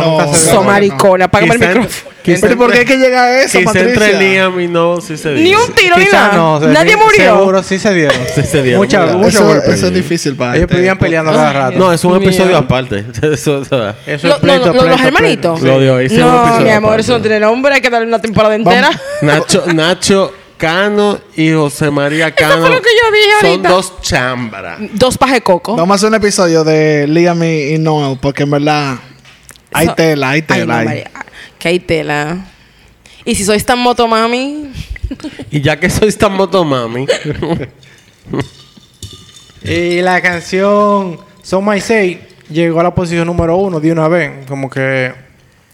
D: No,
E: nunca se
D: Son
B: So
E: logró.
B: maricona, apágame el
C: Quizá en-
B: micrófono.
C: quizá
D: Pero ¿y ¿por qué hay
C: entre-
D: que llegar a eso,
C: Quizá entre
D: Patricia?
C: Liam y no, sí se
B: Ni
C: dice.
B: un tiro, ni
E: Quizá
B: nada.
E: no, se-
B: Nadie murió.
E: Seguro sí
B: [LAUGHS]
E: se dieron.
C: Sí se dieron.
E: Mucha-
C: Claro.
E: mucho
D: Eso,
E: golpe.
D: eso es difícil para
E: Ellos
D: este
E: vivían
D: podcast.
E: peleando a cada rato.
C: No, es un
B: Mío.
C: episodio aparte. [LAUGHS] Eso, o sea,
E: Eso
B: Lo- no,
E: es pleito,
B: no, lo- los
E: pleito,
B: hermanitos.
E: pleito.
C: Lo de hoy, sí, un
B: No,
C: episodio
B: mi amor,
C: aparte.
B: eso no tiene nombre. Hay que darle una temporada entera.
C: Nacho, Nacho Cano y José María Cano.
B: fue lo que yo dije
C: Son
B: ahorita.
C: dos chambras.
B: Dos pajes coco.
D: Vamos a hacer un episodio de Liam y y Noel, porque en verdad hay
B: So-
D: tela, hay
B: Ay, no,
D: tela. ahí.
B: María, que hay tela. Y si sois tan moto, [LAUGHS] mami.
C: Y ya que sois tan motomami,
E: Y la canción Son My Say llegó a la posición número uno de una vez. Como que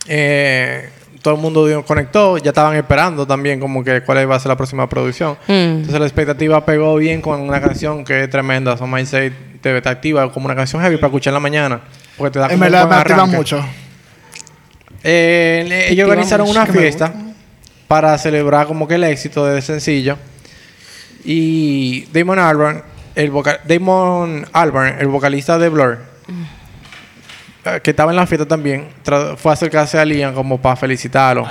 E: eh, todo el mundo dio- conectó. Ya estaban esperando también como que cuál iba a ser la próxima producción.
B: Mm.
E: Entonces la expectativa pegó bien con una canción que es tremenda. Son My Say te, te activa como una canción heavy para escuchar en la mañana. Porque te da
D: En
E: como un
D: verdad
E: buen
D: me activa
E: arranque.
D: mucho.
E: Eh, le- ellos organizaron una fiesta para celebrar como que el éxito del sencillo. Y Damon Albarn, el voca- Damon Albarn, el vocalista de Blur, eh, que estaba en la fiesta también, tra- fue a acercarse a Liam como para felicitarlo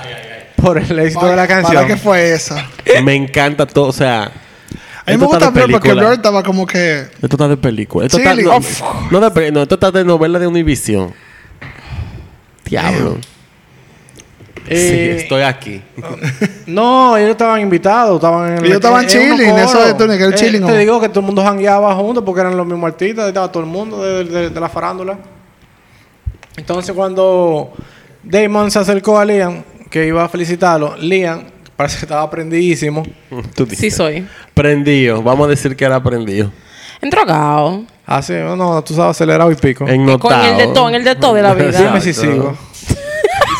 E: por el éxito de la
D: ¿Para-
E: canción.
D: ¿Para qué fue eso?
C: [LAUGHS] me encanta todo. O sea,
D: A mí me
C: esto está
D: gusta
C: de
D: Blur porque
C: película.
D: Blur estaba como que...
C: Esto está de película. Esto
D: Sí,
C: está,
D: li-
C: no,
D: Uf.
C: no de, pe- no, esto está de novela de Univision. Diablo.
E: Eh,
C: sí,
B: [LAUGHS]
C: estoy aquí.
E: No, ellos estaban invitados, estaban en
D: Ellos estaban
E: era unos
D: chilling, eso
E: coros. Eh,
D: de Tony, que era chilling,
E: Te
D: ¿no?
E: digo que todo el mundo jangueaba juntos porque eran los mismos artistas, estaba todo el mundo de, de- de la farándula. Entonces cuando Damon se acercó a Liam, que iba a felicitarlo, Liam parece que estaba prendidísimo.
C: Tú
B: Sí
C: dices.
B: soy.
C: Prendido. Vamos a decir que era prendido.
B: Entrogado.
E: Así, no, tú sabes, acelerado y pico.
C: En [LAUGHS]
B: Con el de todo, en el de todo de la
E: Dime
B: vida.
E: si sigo.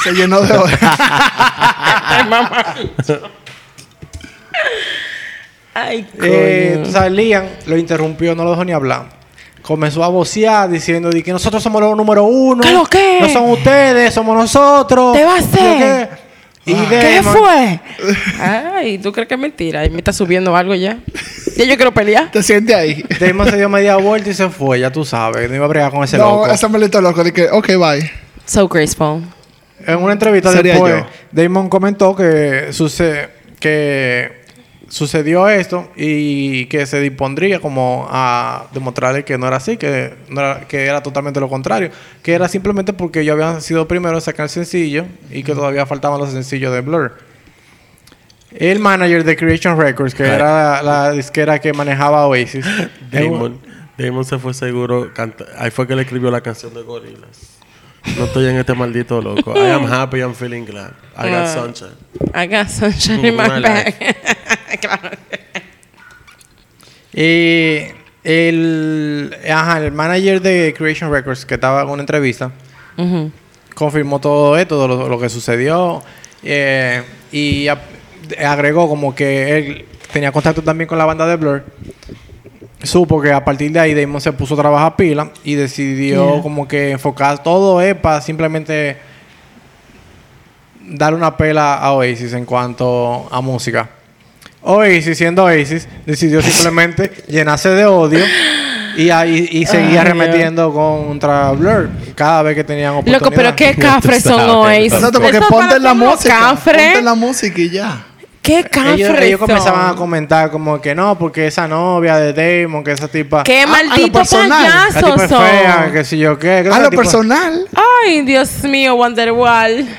D: Se llenó de odio. [LAUGHS]
B: Ay,
E: Eh,
B: coño.
E: tú sabes, Liam lo interrumpió, no lo dejó ni hablar. Comenzó a vocear diciendo de que nosotros somos los número uno.
B: ¿Qué lo qué?
E: No son ustedes, somos nosotros.
B: Te va a
E: ¿Qué
B: hacer? Ah.
E: lo qué? Y
B: ¿Qué
E: Damon- [LAUGHS]
B: fue? Ay, ¿tú crees que es mentira? Y me está subiendo algo ya. Ya yo quiero pelear.
D: Te sientes ahí.
E: Damon se dio media vuelta y se fue, ya tú sabes. No iba a bregar con ese
D: no,
E: loco.
D: esa me loco. Dije, ok, bye.
B: So graceful.
E: En una entrevista
D: Sería
E: después, Damon comentó que, suce- que sucedió esto y que se dispondría como a demostrarle que no era así, que, no era, que era totalmente lo contrario. Que era simplemente porque ellos habían sido primero en sacar el sencillo y que todavía faltaban los sencillos de Blur. El manager de Creation Records, que
C: Ay.
E: era la, la disquera que manejaba Oasis.
C: Damon, Damon se fue seguro. canta- Ahí fue que le escribió la canción de Gorilas. No estoy en este maldito loco. I am happy, I'm feeling glad. I got
B: Ah.
C: sunshine.
B: I got sunshine in
C: My
B: my
C: life.
B: bag. [LAUGHS] claro.
E: Y el, ajá, el manager de Creation Records, que estaba en una entrevista,
B: Ujú.
E: confirmó todo esto, todo lo, lo que sucedió. eh, y ap- agregó como que él tenía contacto también con la banda de Blur. Supo que a partir de ahí Damon se puso a trabajar pila y decidió
B: Yeah.
E: como que enfocar todo es para simplemente dar una pela a Oasis en cuanto a música. Oasis, siendo Oasis, decidió simplemente [LAUGHS] llenarse de odio y, ahí y seguía
B: Ay,
E: arremetiendo contra Blur cada vez que tenían oportunidad.
B: Loco, pero
A: [LAUGHS]
B: qué
A: Tú
B: cafres son
A: sabes.
B: hoy.
D: Exacto, porque
B: Esos
D: ponte
B: panas
D: la
B: son unos
D: música.
B: cafres.
D: Ponte la música y ya.
B: Qué cafres
E: ellos, ellos
B: son.
E: comenzaban a comentar como que no, porque esa novia de Damon, que esa tipa...
B: Qué
D: a lo
B: maldito
D: Ah, personal.
E: esa tipa
B: payaso
E: es
B: son.
E: fea, que si yo qué. que
D: A
E: esa
D: lo
E: tipa-
D: personal.
B: Ay, Dios mío, Wonderwall.
A: Y
B: Ay,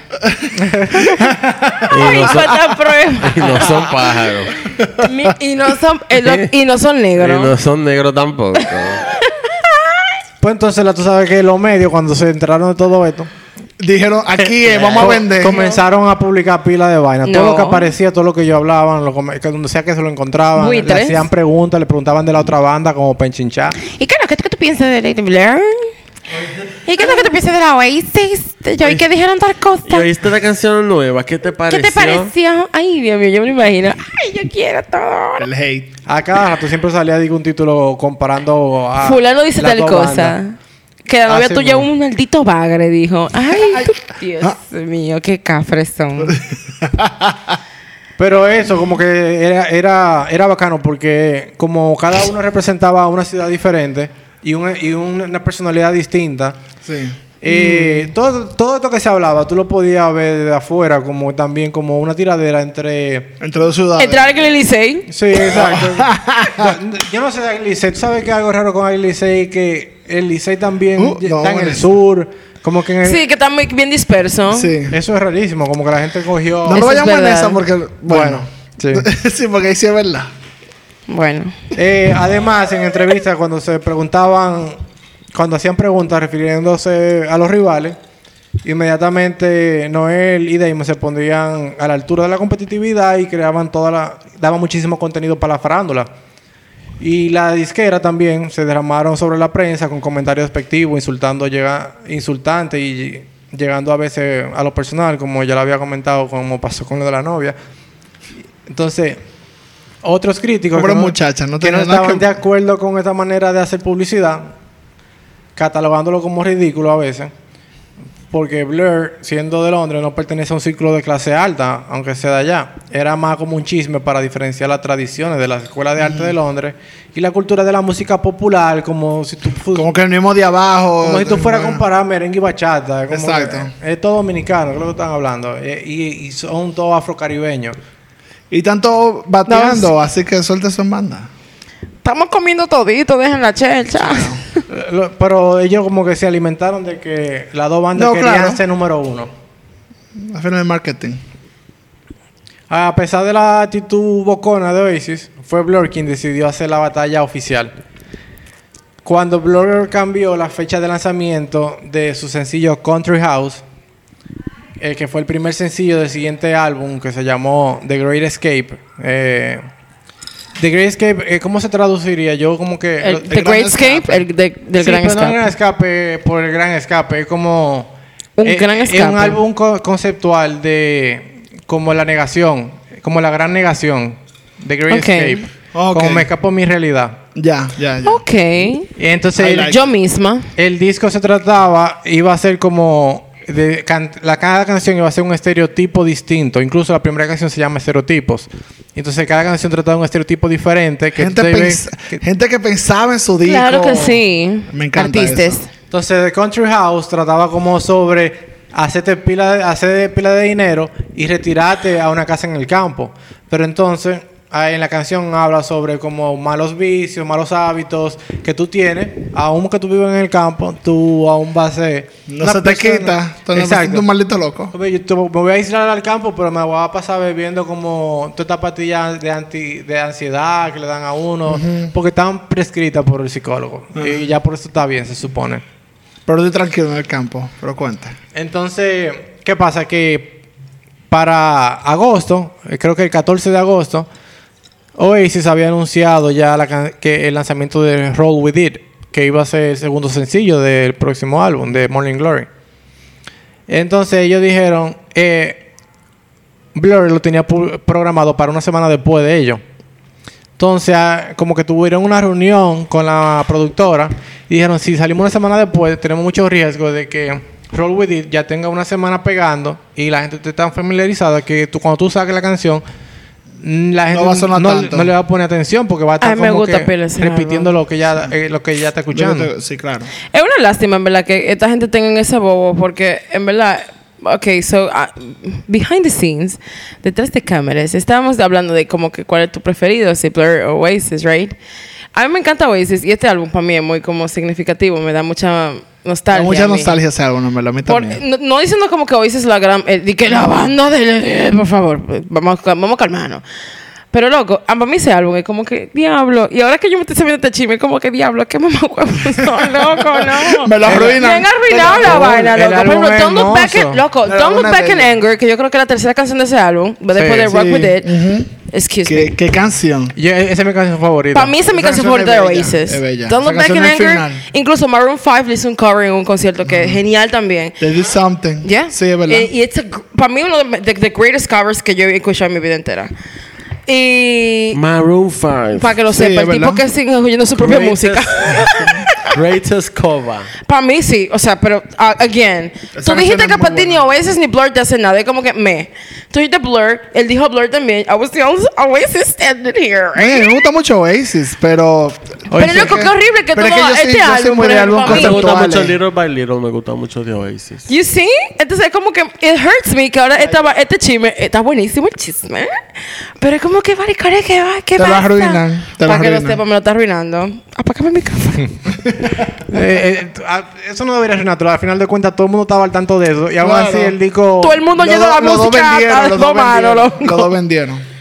A: no son,
B: cuánta prueba.
A: [LAUGHS] y no son
B: [LAUGHS]
A: pájaros.
B: Mi- y no son eh, lo- y no son
A: Y
B: negros.
A: no son negros tampoco.
E: Pues entonces la- tú sabes que los medios, cuando se enteraron de todo esto,
D: Dijeron, aquí eh, vamos a
E: [LAUGHS] co-
D: vender.
E: comenzaron a publicar pila de vainas. Todo lo que
B: No.
E: aparecía, todo lo que yo hablaba, lo come- que donde sea que se lo encontraban, le
B: Buitres.
E: hacían preguntas, le preguntaban de la otra banda como para enchinchar.
B: ¿Y qué es lo que, qué tú piensas de Lady Blair? ¿Y qué es lo que tú piensas de la Oasis? Yo oí que dijeron tal
A: ¿Y
B: cosa.
A: oíste la canción nueva? ¿Qué te
B: ¿Qué
A: pareció?
B: te pareció? Ay, Dios mío, yo me lo imagino. Ay, yo quiero todo. ahora.
D: El hate.
E: A cada rato siempre salía algún título comparando
D: Ah,
E: a...
B: Fulano dice
E: las
B: tal
E: dos
B: cosa.
E: bandas.
B: Que la novia
E: Hace
B: tuya es
E: muy-
B: un maldito bagre,
D: [LAUGHS]
B: dijo. Ay,
D: ah.
B: Dios mío, qué cafres son.
E: Pero eso, como que era, era, era bacano porque como cada uno representaba una ciudad diferente y, un- y un- una personalidad distinta,
D: Sí.
E: eh,
D: Mm.
E: todo, todo esto que se hablaba, tú lo podías ver de afuera como también como una tiradera entre...
D: Entre dos ciudades.
B: Entrar al Glen Licey.
D: [LAUGHS]
E: Sí, exacto. yo, yo no sé de Licey. ¿Tú sabes que algo raro con el Licey? Que el Licey también
D: Uh,
E: ya-
D: no,
E: está en
D: bueno.
E: el sur. Como que en el-
B: Sí, que está muy bien disperso.
D: Eh. Sí.
E: Eso es rarísimo. Como que la gente cogió...
B: Eso
D: No lo
B: es
D: vayamos en
B: verdad.
D: esa porque. Bueno.
E: Bueno, sí.
D: [LAUGHS] sí, porque ahí sí es verdad.
B: Bueno.
E: Eh, además, en entrevistas, cuando se preguntaban, cuando hacían preguntas refiriéndose a los rivales, inmediatamente Noel y Damon se pondrían a la altura de la competitividad y creaban toda la, daban muchísimo contenido para la farándula. Y la disquera también se derramaron sobre la prensa con comentarios despectivos, insultando, llega, insultante y llegando a veces a lo personal, como ya lo había comentado, como pasó con lo de la novia. Entonces, otros críticos
D: Pobre
E: que no,
D: muchacha, no
E: que no
D: tenía nada
E: estaban
D: que-
E: de acuerdo con esta manera de hacer publicidad, catalogándolo como ridículo a veces, porque Blur, siendo de Londres, no pertenece a un círculo de clase alta, aunque sea de allá. Era más como un chisme para diferenciar las tradiciones de las escuelas de arte de Londres y la cultura de la música popular, como si tú, fu-
D: Como que el mismo de abajo. eh,
E: como si tú fueras a
D: Bueno.
E: comparar merengue y bachata. como
D: Exacto.
E: que es todo dominicano, creo que están hablando. eh, Y, y son todos afrocaribeños. [LAUGHS]
D: Y tanto bateando,
E: No,
D: así que suelta su banda.
B: Estamos comiendo todito, dejen la chelcha.
E: Eh, lo- Pero ellos como que se alimentaron de que las dos bandas
D: No,
E: querían
D: claro.
E: ser número uno.
D: Al final el marketing.
E: A pesar de la actitud bocona de Oasis, fue Blur quien decidió hacer la batalla oficial. Cuando Blur cambió la fecha de lanzamiento de su sencillo Country House, eh, que fue el primer sencillo del siguiente álbum que se llamó The Great Escape. eh, The Great Escape, eh, ¿cómo se traduciría? Yo
B: [LAUGHS]
E: como que...
B: El,
E: lo-
B: the
D: Gran
B: Great Escape,
D: Escape.
B: el de- del
E: Sí,
B: Gran
E: pero no el
B: Escape.
E: gran escape por el gran escape. Es como
B: Un
E: Eh,
B: gran
E: eh, Es
B: escape.
E: un álbum co- conceptual de como la negación, como la gran negación, The Great
B: Ok.
E: Escape.
D: Ok.
E: Como me escapó mi realidad.
D: Ya, ya, ya.
B: Ok.
E: Y entonces
D: I
E: el,
D: like
B: Yo misma.
E: el disco se trataba, iba a ser como de can- la, cada canción iba a ser un estereotipo distinto. Incluso la primera canción se llama Estereotipos. Entonces cada canción trataba un estereotipo diferente. Que
D: gente,
E: tú te ves-
D: pens- gente que pensaba en su disco.
B: Claro que sí.
D: Me encanta
B: Artistas.
D: eso.
E: Entonces, The Country House trataba como sobre hacerte pila de, hacer pila de dinero y retirarte a una casa en el campo. Pero entonces, ahí en la canción habla sobre como malos vicios, malos hábitos que tú tienes. Aún que tú vives en el campo, tú aún vas a ser...
D: No
E: una
D: se te
E: persona-
D: quita. Tú no te sientes
E: Exacto.
D: un maldito loco.
E: Oye, yo te- me voy a aislar al campo, pero me voy a pasar bebiendo como todas estas pastillas de, anti, de ansiedad que le dan a uno, porque están prescritas por el psicólogo. Y ya por eso está bien, se supone.
D: Pero estoy tranquilo en el campo. Pero cuenta.
E: Entonces, ¿qué pasa? Que para agosto, eh, creo que el 14 de agosto, Oasis había anunciado ya la can- que el lanzamiento de Roll With It, que iba a ser el segundo sencillo del próximo álbum de Morning Glory. Entonces ellos dijeron, eh, Blur lo tenía pu- programado para una semana después de ello. Entonces, ah, como que tuvieron una reunión con la productora y dijeron, si salimos una semana después, tenemos mucho riesgo de que Roll With It ya tenga una semana pegando y la gente esté tan familiarizada que tú, cuando tú saques la canción, mm, la gente
D: va a sonar
E: no,
D: tanto.
E: no le va a poner atención porque va a estar
B: Ay, me
E: como
B: gusta
E: que
B: pila ese
E: repitiendo
B: álbum.
E: lo que, ya, eh, lo que ya está escuchando.
D: Sí, claro.
B: Es una lástima, en verdad, que esta gente tenga ese bobo, porque en verdad, ok, so, ah, behind the scenes, detrás de cámaras, estábamos hablando de como que cuál es tu preferido, si Blur o Oasis, right? A mí me encanta Oasis y este álbum para mí es muy como significativo, me da mucha nostalgia.
D: Hay mucha
B: a mí.
D: nostalgia ese álbum, en verdad. A mí
B: Por-
D: también.
B: no, no diciendo como que Oasis es la gran... eh, di que la banda de... eh, por favor, vamos, a- vamos a calmarnos. Pero loco, a- para mí ese álbum es como que, diablo. Y ahora que yo me estoy sabiendo este chisme, es como que, diablo, que mamá huevo
D: [LAUGHS]
B: son, loco, no.
D: Me lo arruinan.
B: Me han arruinado
E: El
B: la
E: álbum-
B: vaina,
E: el
B: loco. Por
E: álbum
B: ejemplo,
E: es
B: Don't Look Back
E: hermoso.
B: in, loco,
D: Pero
B: Don't Look
D: alguna
B: Back
D: de
B: in
D: ellas.
B: Anger, que yo creo que es la tercera canción de ese álbum, después de
E: Sí,
B: Rock
D: sí.
B: With It.
D: Ujú.
B: Excuse me.
D: ¿Qué, qué canción?
E: Yo- e-, esa es mi canción favorita.
B: Para mí esa es mi
D: Esa
B: canción
D: canción
B: favorita
D: es
B: de
D: bella,
B: Oasis.
D: es bella.
B: Don't Look
D: Esa
B: Back in
D: canción es
B: Anger.
D: final.
B: Incluso Maroon 5 le hizo un cover en un concierto que es genial también.
D: They did something.
B: Yeah.
D: Sí, es verdad.
B: Eh, Y es para mí uno de the, greatest covers que yo he escuchado en mi vida entera. Y
A: Maroon 5.
B: para que lo
D: Sí,
B: sepa,
D: es
B: el tipo
D: verdad.
B: que sigue oyendo su propia
C: [LAUGHS]
B: música. [LAUGHS]
A: Greatest cover.
B: para mí sí, o sea, pero ah, again, tú
D: canción
B: dijiste
D: es
B: que
D: muy
B: para ti ni Oasis ni Blur te hacen nada, es como que me. Tú dijiste Blur, él dijo Blur también. I was the only Oasis standing here.
D: Eh, me gusta mucho Oasis, pero.
B: Pero loco, qué horrible que
D: Pero es
B: todo
D: que yo sí-
B: este
D: yo soy
B: álbum,
D: muy
B: por
D: de
B: ejemplo,
D: álbum
B: a mí- eh.
C: Me gusta
D: Conceptuales.
C: mucho Little by Little, me gusta mucho The Oasis.
B: You see? Entonces es como que it hurts me que ahora esta, va- este chisme está buenísimo el chisme. Pero es como que vale, care, que va, que
D: Te lo arruinan, te lo
B: Para que lo
D: arruinan.
B: sepa, me lo está arruinando. Apágame mi café.
E: Eh, eh, t- a- eso no debería ser natural. Al final de cuentas, todo el mundo estaba al tanto de eso. Y aún
D: Claro.
E: así, el disco.
B: Todo el mundo
D: Los
B: llegó a la
D: dos- los dos
B: música
D: vendieron,
B: hasta
D: los
B: los
D: dos
B: manos,
D: vendieron,
B: loco.
D: Los dos vendieron.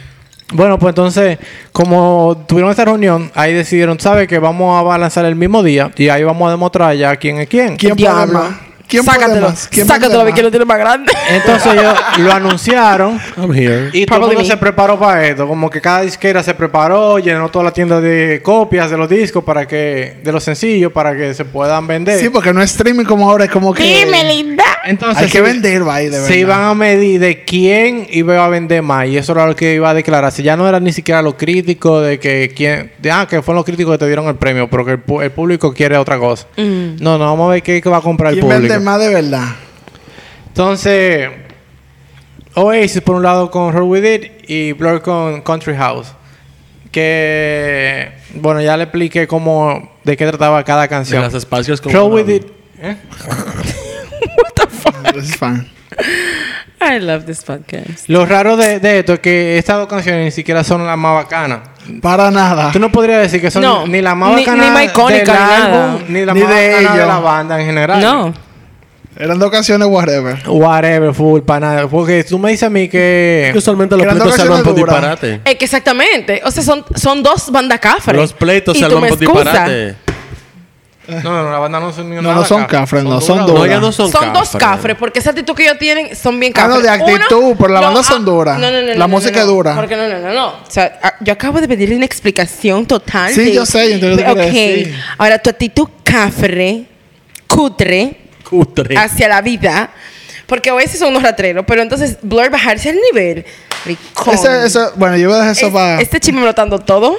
E: Bueno, pues entonces, como tuvieron esa reunión, ahí decidieron, ¿sabe? Que vamos a lanzar el mismo día y ahí vamos a demostrar ya quién es quién.
D: ¿Quién puede
B: Diablo.
D: más? ¿Quién puede
B: sácatelo,
D: más? ¿Quién vende
B: sácatelo, vi
D: más?
B: que lo tiene más grande.
E: Entonces ellos lo anunciaron
A: I'm here.
E: y todo el
B: Probably
E: mundo
B: me.
E: se preparó para esto. Como que cada disquera se preparó, llenó toda la tienda de copias de los discos para que, de los sencillos, para que se puedan vender.
D: Sí, porque no es streaming como ahora, es como que.
B: Dime, linda.
E: entonces,
D: Hay que
E: sí,
D: vender, va, de verdad.
E: se iban a medir de quién iba a vender más y eso era lo que iba a declarar. Si ya no eran ni siquiera los críticos de que quién, de, ah, que fueron los críticos que te dieron el premio, pero que el, pu- el público quiere otra cosa.
B: Eh,
E: No, no, vamos a ver qué, qué va a comprar el
D: ¿Quién
E: público.
D: vende más de verdad?
E: Entonces, Oasis por un lado con Roll With It y Blur con Country House. Que, bueno, ya le expliqué cómo, de qué trataba cada
C: De
E: canción.
C: los espacios como
E: Roll
C: una-
E: With It. ¿eh?
D: This is fine.
B: I love this podcast.
E: Lo raro de, de esto es que estas dos canciones ni siquiera son las más bacanas.
D: Para nada.
E: Tú no podrías decir que son
B: No,
E: ni la más
B: ni-
E: bacana
B: ni más icónica,
E: del
B: ni nada.
E: álbum, ni la
D: Ni
E: más
D: de
E: bacana de
D: ellos.
E: la banda en general.
B: No.
D: Eran dos canciones, whatever.
E: Whatever, full, para nada. Porque tú me dices a mí que...
A: Que usualmente
D: Que
A: los
D: las dos
A: pleitos se van por
D: canciones duran.
A: disparate.
B: Es que exactamente. O sea, son, son dos bandas cafres.
A: Los pleitos
B: Y
A: se
B: tú
A: van
B: me
A: por
B: excusas.
A: disparate.
E: No, no, la banda no son ni
D: No,
E: nada
D: no son
E: cafre.
D: cafres, no, son
E: duras.
A: No,
D: duras.
A: ya no son,
B: Son, dos cafres, porque esa actitud que ellos tienen son bien
D: Ah,
B: cafres.
D: no, de actitud,
B: Uno,
D: pero la
B: no,
D: banda
B: ah,
D: son duras.
B: No, no, no.
D: La
B: no, no,
D: música
B: no,
D: es dura.
B: Porque no, no, no, no. O sea, ah, yo acabo de pedirle una explicación total.
D: Sí,
B: de-
D: yo sé, yo entiendo lo que
B: Ok.
D: quieres decir.
B: Ahora, tu actitud cafre, cutre,
C: Cutre.
B: hacia la vida. Porque Oasis son unos ratreros, pero entonces Blur bajarse al nivel. Ricón.
D: Ese- eso- bueno, yo voy a dejar eso
B: Es-
D: para,
B: Este chisme me lo están dando todo.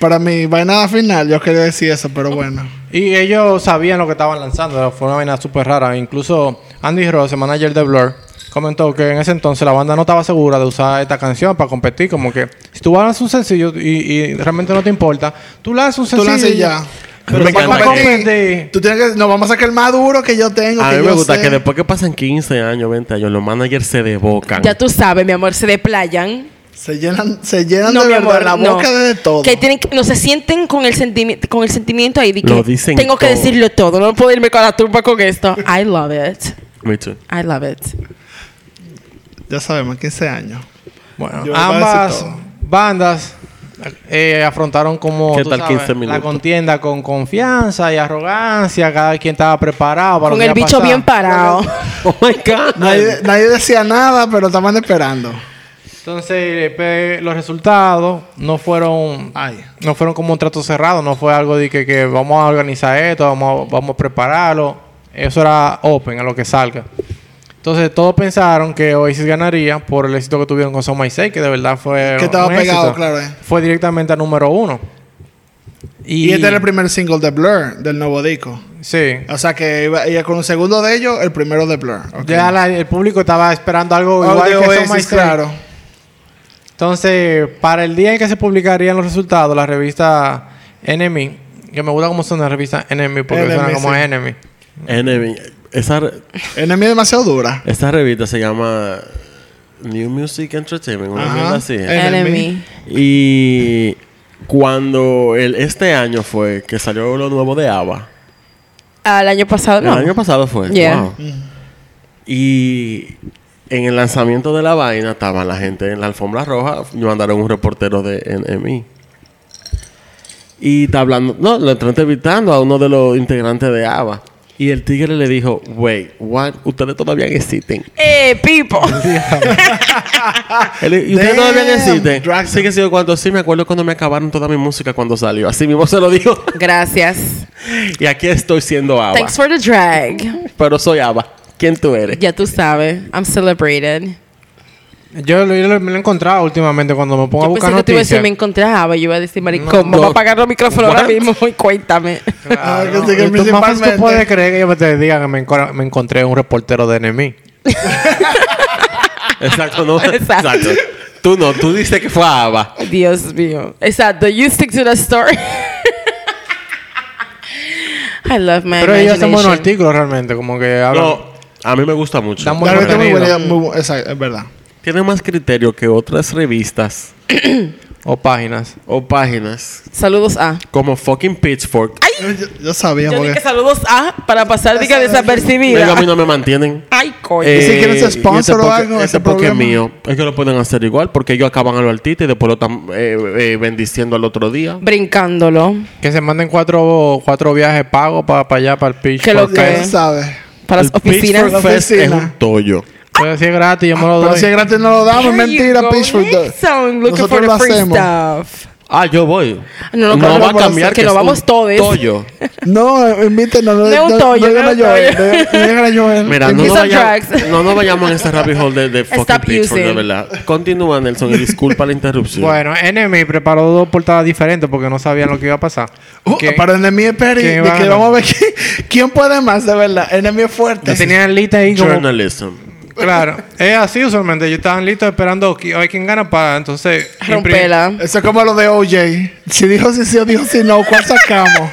D: para mi vaina final. Yo quería decir eso, pero bueno.
E: Y ellos sabían lo que estaban lanzando, fue una vaina súper rara. Incluso Andy Ross, el manager de Blur, comentó que en ese entonces la banda no estaba segura de usar esta canción para competir. Como que si tú lanzas un sencillo y, y realmente no te importa, tú lanzas un
D: Tú
E: sencillo.
D: lanzas
E: y
D: ya.
E: Pero
C: Me
E: para
C: encanta que-
E: competir.
D: Tú tienes que. No, vamos a sacar el más duro que yo tengo.
C: A
D: que
C: mí me
D: yo
C: gusta
D: sé.
C: que después que pasan 15 años, 20 años, los managers se desbocan.
B: Ya tú sabes, mi amor, se deplayan.
D: Se llenan, se llenan
B: No,
D: de
B: mi
D: verdad
B: amor,
D: la
B: no.
D: boca de todo.
B: Que tienen que- no se sienten con el sentimiento con el sentimiento ahí de que
C: Lo dicen
B: tengo que
C: todo.
B: decirlo todo, no puedo irme con la turba con esto. I love it.
C: Me too.
B: I love it.
D: Ya sabemos, 15 años.
E: Bueno,
D: Yo voy a decir
E: ambas
D: todo.
E: bandas eh, afrontaron como
C: ¿Qué
E: tú
C: tal
E: sabes,
C: 15 minutos?
E: la contienda con confianza y arrogancia. Cada quien estaba preparado para lo
B: con
E: que
B: el
E: iba a
B: bicho
E: pasar.
B: bien parado.
C: [LAUGHS] Oh my God.
D: Nadie, nadie decía nada, pero estaban esperando.
E: Entonces, pe- los resultados no fueron
D: Ay.
E: no fueron como un trato cerrado, no fue algo de que, que vamos a organizar esto, vamos a, vamos a prepararlo. Eso era open, a lo que salga. Entonces, todos pensaron que Oasis ganaría por el éxito que tuvieron con Son My Say, que de verdad fue.
D: Que estaba
E: un éxito.
D: pegado, claro, eh.
E: Fue directamente a número uno.
D: Y, este era el primer single de Blur, del nuevo disco.
E: Sí.
D: O sea que iba, iba con un segundo de ellos, el primero de Blur. Ok.
E: Ya la- el público estaba esperando algo
D: Oh,
E: igual
D: de
E: que Son
D: Oasis,
E: My Say.
D: claro.
E: Entonces, para el día en que se publicarían los resultados, la revista Enemy, que me gusta cómo son las revistas Enemy porque
D: Enemy,
E: suena como
D: sí.
E: Enemy.
C: Enemy. Esa, re-
D: Enemy es demasiado dura.
C: esa revista se llama New Music Entertainment. Una
D: Ajá.
C: mierda así.
D: Eh.
B: Enemy.
D: Enemy.
C: Y cuando el, este año fue que salió lo nuevo de ABBA.
B: Al año pasado no.
C: El año pasado fue.
B: Yeah.
C: Wow. Y en el lanzamiento de la vaina estaban la gente en la alfombra roja. Me mandaron un reportero de NMI. Y está hablando, no, lo está entrevistando a uno de los integrantes de ABBA. Y el tigre le dijo, wait, what? Ustedes todavía existen.
B: Eh,
C: [LAUGHS]
B: Pipo.
C: Él, y ustedes
D: Damn,
C: todavía existen.
D: drag
C: Sí que sí, cuando sí, me acuerdo cuando me acabaron toda mi música cuando salió. Así mismo se lo dijo.
B: Gracias.
C: y aquí estoy siendo ABBA.
B: Thanks for the drag.
C: Pero soy ABBA. ¿Quién tú eres?
B: Ya tú sabes, I'm celebrated.
E: Yo, lo- yo lo- me lo he encontrado últimamente cuando me pongo a
B: Yo pensé
E: buscar
B: que te iba a decir,
E: noticias.
B: me encontraba. Yo iba a decir, maricón,
C: No,
B: vamos a
C: no.
B: apagar los micrófonos ahora
C: What?
B: mismo y cuéntame.
D: Ah, [LAUGHS] que
E: Claro.
D: sí, que
E: Y tú más fácil
D: principalmente-
E: tú puedes creer que yo te diga que me, enco- me encontré un reportero de Enemy.
C: Exacto, no.
B: [LAUGHS] Exacto.
C: Exacto. Tú no, tú dices que fue a Ava.
B: Dios mío. Exacto, you stick to the story. [LAUGHS] I love my
E: Pero ellos hacen
B: Ah, imagination.
E: buenos artículos realmente, como que hablan.
C: No, a mí me gusta mucho.
E: Dan muy
D: La verdad es muy
E: contenido.
D: buena, muy bu- exacto, es verdad.
C: Tiene más criterio que otras revistas
E: O páginas.
C: o páginas
B: Saludos a.
C: como fucking Pitchfork.
D: Yo, yo- yo sabía
B: Yo
D: porque.
B: dije saludos a para pasar diga
C: Venga,
B: desapercibida.
C: a mí no me mantienen.
B: [LAUGHS] Ay, coño.
C: Eh,
D: si quieres ser
C: y ese
D: sponsor o
C: poke-
D: algo, ese
C: Ese porque es
D: problema.
C: mío. Es que lo pueden hacer igual porque ellos acaban a los artistas y después lo están eh, eh, bendiciendo al otro día.
B: Brincándolo.
E: Que se manden cuatro, cuatro viajes pagos para allá, para el pitch.
B: Que lo
E: porque-
B: que-
D: Ya tú sabes.
B: Para las
C: El Pitchfork
B: oficinas.
D: Las
C: Fest es
D: oficinas.
C: un tollo.
E: Pero si es gratis, yo me lo
D: Ah, Pero
E: doy.
D: si es gratis no lo damos,
B: There you
D: mentira,
B: go,
D: Pitchfork.
B: Nixon, looking
D: Nosotros
B: for
D: lo
B: the free
D: hacemos.
B: stuff.
C: Ah, yo voy.
B: No, no, claro,
C: va a
D: vamos a
C: cambiar
B: hacer que nos
C: es
B: vamos
C: un
B: todos. [LAUGHS]
C: Tollo.
D: No, eh, invítenos. No,
B: No es un tollo, no
D: no,
B: es un tollo.
D: Joel, no- no llega la Joel.
C: Mira, no
B: These
C: nos,
B: are
C: vayamos-
B: drugs.
C: [LAUGHS] no nos vayamos en ese rabbit hole de, de fucking
B: Stop
C: Pitchfork, de
B: using.
C: verdad. Continúa, Nelson, y disculpa la interrupción.
E: Bueno, Enemy preparó dos portadas diferentes porque no sabían lo que iba a pasar.
D: Uh,
E: Que-
D: Para Enemy es Perry,
E: que
D: de
E: van
D: que
E: a-
D: vamos a ver quién, quién puede más, de verdad. Enemy es fuerte.
E: que tenían lista ahí como...
C: Journalism.
E: Claro. Es así usualmente. Ellos estaban listos esperando que- a ver quién gana para entonces... imprim-
B: Rompela.
D: Eso es como lo de OJ. Si dijo sí, sí o dijo sí, no, ¿cuál sacamos?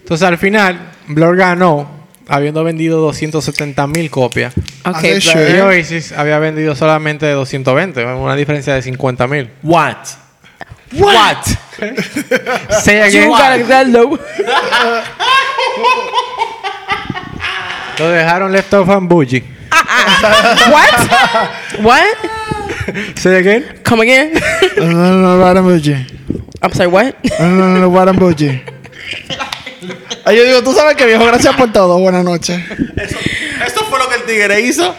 E: Entonces, al final, Blur ganó habiendo vendido 270 mil copias.
B: Ok,
D: Hace
B: brother.
E: Y
D: ¿Eh?
E: Oasis había vendido solamente 220. Una diferencia de 50 mil.
C: What? What?
B: You gotta get low.
E: Lo dejaron left off and bougie.
B: [LAUGHS] What? What?
E: ¿Say again?
B: Come again?
D: [LAUGHS]
B: [LAUGHS]
D: No, no, no, Baran Bougie.
B: I'm sorry, what?
D: No, no, no, no, Baran Bougie. Ay, yo digo, tú sabes que viejo, gracias por todo. Buenas noches.
C: Esto fue lo que el tigre hizo.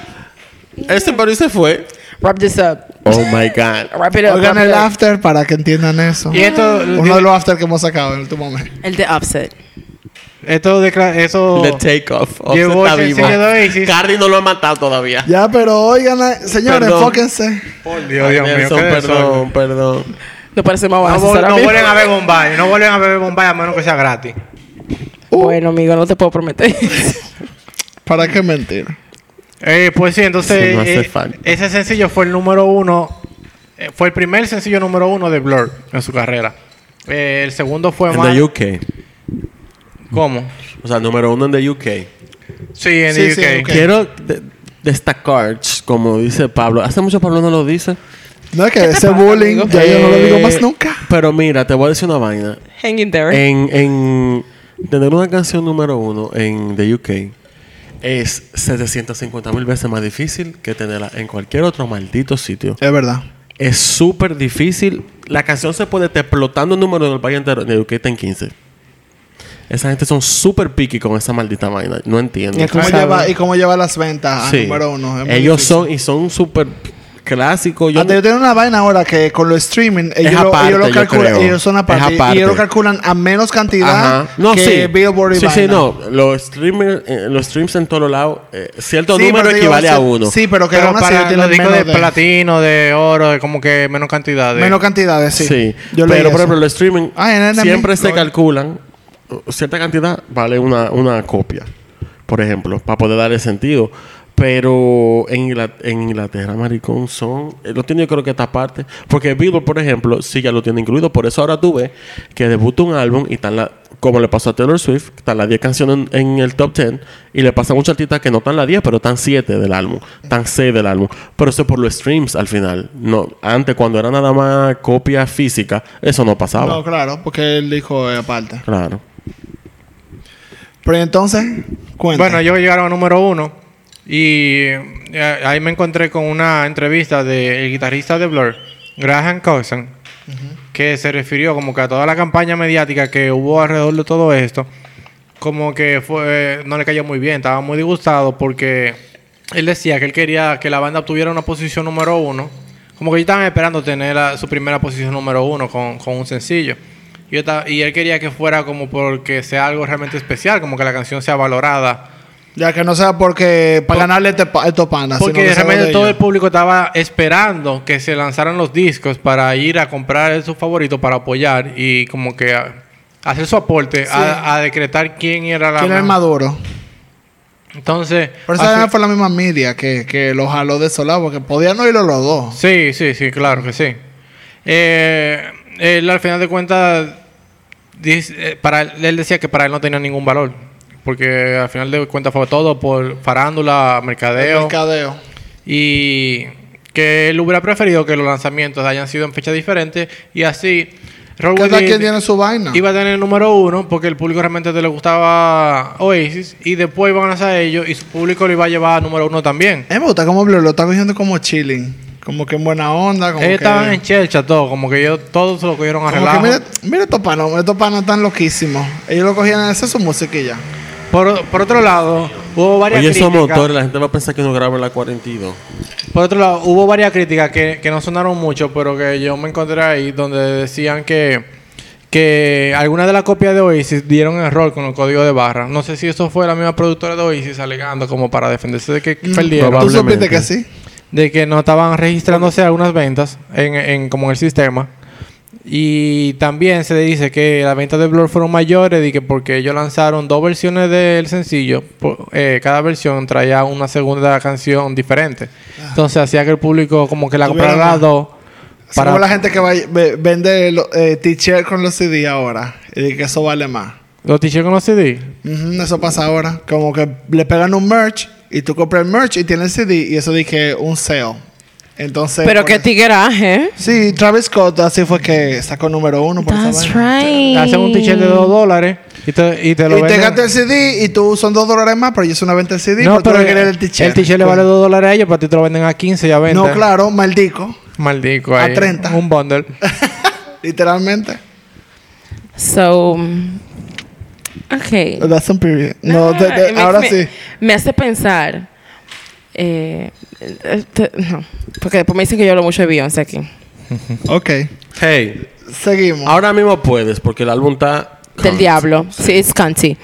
C: Este pero se fue.
B: Wrap this up.
C: Oh my God.
B: Wrap it up.
D: Oigan
B: wrap it
D: el
B: up.
D: after para que entiendan eso.
E: Y esto...
D: Uno de los after que hemos sacado en el último mes.
B: El de Offset.
E: Esto decla- eso
C: The takeoff.
E: Oh. Llegó
C: Offset
E: ese-
C: está vivo.
E: se quedó ahí, sí.
C: Cardi no lo ha matado todavía.
D: Ya, pero oigan, eh, señores,
C: Perdón.
D: enfóquense.
E: Por Dios, Dios mío,
C: Nelson,
E: qué desorden.
C: perdón, perdón.
B: No parece más
E: No,
B: bajo.
E: vol- no vuelven a ver Bombay, no vuelven a ver Bombay a menos que sea gratis.
B: Bueno, amigo, no te puedo prometer.
D: ¿Para qué mentir?
E: Eh, pues sí, entonces
C: Sí, no hace
E: eh,
C: falta.
E: ese sencillo fue el número uno, eh, fue el primer sencillo número uno de Blur en su carrera. Eh, el segundo fue
C: En
E: más...
C: the UK.
E: ¿Cómo?
C: O sea, número uno en the UK.
E: Sí, en
D: Sí,
E: the
D: sí,
E: UK.
D: ok.
C: Quiero de- destacar, como dice Pablo. Hace mucho Pablo no lo dice.
D: No es que ese bullying, ya yo no lo digo más
C: Eh,
D: nunca.
C: Pero mira, te voy a decir una vaina.
B: Hang in there.
C: En, en tener una canción número uno en the UK es 750 mil veces más difícil que tenerla en cualquier otro maldito sitio.
D: Es verdad.
C: Es súper difícil. La canción se puede estar explotando el número en el país entero. En el UK está en 15. Esa gente son súper picky con esa maldita vaina. No entiendo.
B: Ya tú
D: ¿Cómo
B: sabes.
D: lleva, ¿Y cómo lleva las ventas
C: Sí.
D: a Ah, número uno? Es muy
C: Ellos
D: difícil. Ah,
C: son y son súper clásicos. Yo-
D: Antes yo tengo una vaina ahora que con lo streaming ellos, lo-
C: aparte,
D: ellos lo
C: yo
D: calculan,
C: creo.
D: ellos son
C: Es
D: aparte,
C: aparte.
D: y ellos lo calculan a menos cantidad
C: Ajá. No,
D: ah, que
C: sí.
D: Billboard y
C: sí, sí,
D: vaina.
C: no. Los, streamers, eh, los streams en todos lados, eh, cierto
D: Sí,
C: número
D: pero te digo,
C: equivale a
D: sí-
C: uno.
D: Sí, pero que
E: Pero
D: aún así
E: para
D: ellos
E: los
D: tienen
E: discos de
D: menos de,
E: platino, de oro, de como que menos cantidad de...
D: menos cantidades, sí.
C: Sí.
D: Yo leí
C: pero, por
D: eso.
C: ejemplo, los streaming
D: Ah, en NME,
C: siempre se
D: lo-
C: calculan uh, cierta cantidad, vale una, una copia, por ejemplo, para poder darle sentido. Pero en, Ingla- en Inglaterra, maricón, son... eh, Lo tiene yo creo que esta parte. Porque Billboard, por ejemplo, sí ya lo tiene incluido. Por eso ahora tú ves que debuta un álbum y están la... Como le pasó a Taylor Swift, que están las 10 canciones en, en el top 10. Y le pasa a muchos artistas que no están las 10, pero están 7 del álbum. Están 6 del álbum. Pero eso es por los streams al final. no Antes, cuando era nada más copia física, eso no
E: Ah,
C: pasaba.
D: No, claro, porque él dijo eh, aparte.
C: Claro.
D: Pero entonces, cuenta.
E: Bueno, ellos llegaron a número uno y eh, ahí me encontré con una entrevista del guitarrista de Blur, Graham Coxon, que se refirió como que a toda la campaña mediática que hubo alrededor de todo esto, como que fue no le cayó muy bien, estaba muy disgustado porque él decía que él quería que la banda obtuviera una posición número uno, como que ellos estaban esperando tener la- su primera posición número uno con, con un sencillo. Y, yo estaba- y él quería que fuera como porque sea algo realmente especial, como que la canción sea valorada
D: ya que no sea porque para ganarle este pa- estos panas. sino
E: porque
D: que sea
E: realmente
D: de
E: todo el
D: ellos.
E: público estaba esperando que se lanzaran los discos para ir a comprar su favorito para apoyar y como que a- hacer su aporte a, a decretar quién era la
D: ¿Quién era el
E: mejor.
D: maduro?
E: Entonces,
D: Pero
E: así-
D: esa vaina fue la misma media que, que lo jaló de solar, porque podían oírlo los dos.
E: sí, sí, sí, claro que sí. Eh, él al final de cuentas dice- eh, para él, él decía que para él no tenía ningún valor, porque al final de cuentas fue todo por farándula,
D: El
E: mercadeo.
D: mercadeo.
E: y que él hubiera preferido que los lanzamientos hayan sido en fechas diferentes y así Rob
D: Cada
E: Williams
D: quien tiene su vaina.
E: iba a tener el número uno porque el público realmente le gustaba Oasis y después iban a lanzar ellos y su público lo iba a llevar a número uno también.
D: A mí me gusta cómo Blur lo está cogiendo como chilling. Como que en buena onda. Como
E: ellos
D: que,
E: estaban en chelcha todo, como que ellos todos se lo cogieron
D: como
E: a
D: que
E: relajo.
D: mira, mira estos panos, estos panos están loquísimos. Ellos lo cogían, esa es su musiquilla.
E: Por, por otro lado, hubo varias
C: Oye, esos
E: críticas.
C: motores, la gente va a pensar que uno graba en la 42.
E: Por otro lado, hubo varias críticas que, que no sonaron mucho, pero que yo me encontré ahí donde decían que, que algunas de las copias de Oasis dieron error con el código de barra. No sé si eso fue la misma productora de Oasis alegando como para defenderse de que
D: Mm. ¿Tú
E: perdieron,
C: probable.
D: supiste que sí?
E: de que no estaban registrándose algunas ventas en, en- como en el sistema. Y también se dice que las ventas de Blur fueron mayores y que porque ellos lanzaron dos versiones del sencillo, por- eh, cada versión traía una segunda canción diferente. Entonces hacía que el público como que la
D: Tuviera
E: comprara las
D: Ah. más.
E: dos.
D: Es
E: Para,
D: como la gente que va, ve- vende lo- eh, t-shirt con los CD ahora. Y dice que eso vale más.
E: Los t-shirts con los CD.
D: Ujú, eso pasa ahora. Como que le pegan un merch y tú compras el merch y tienes el CD y eso dije un sale. Entonces.
B: Pero
D: por
B: qué
D: eso-
B: tigueraje. ¿eh?
D: Sí, Travis Scott así fue que sacó número uno por
B: That's
D: esa vaina.
B: right.
E: Hacen un t-shirt de dos dólares y te, y te lo
D: Y te
E: venden.
D: gastas el CD y tú son dos dólares más, pero yo soy una venta de CD.
E: no, pero
D: tú
E: el,
D: querer
E: el t-shirt le vale dos dólares a ellos, pero a ti te lo venden a 15 ya venden.
D: No, claro, maldico.
E: Maldico
D: A
E: ahí.
D: 30.
E: Un bundle.
D: Literalmente.
B: So, okay.
D: That's some period. No,
B: Ah,
D: de- de-
B: me-
D: ahora
B: me-
D: [LAUGHS] sí.
B: Me hace pensar. eh, eh, te- no, porque después me dicen que yo hablo mucho de Beyoncé aquí.
D: Ok.
C: Hey,
D: Seguimos.
C: ahora mismo puedes, porque el álbum está
B: del diablo. Sí, it's cunty.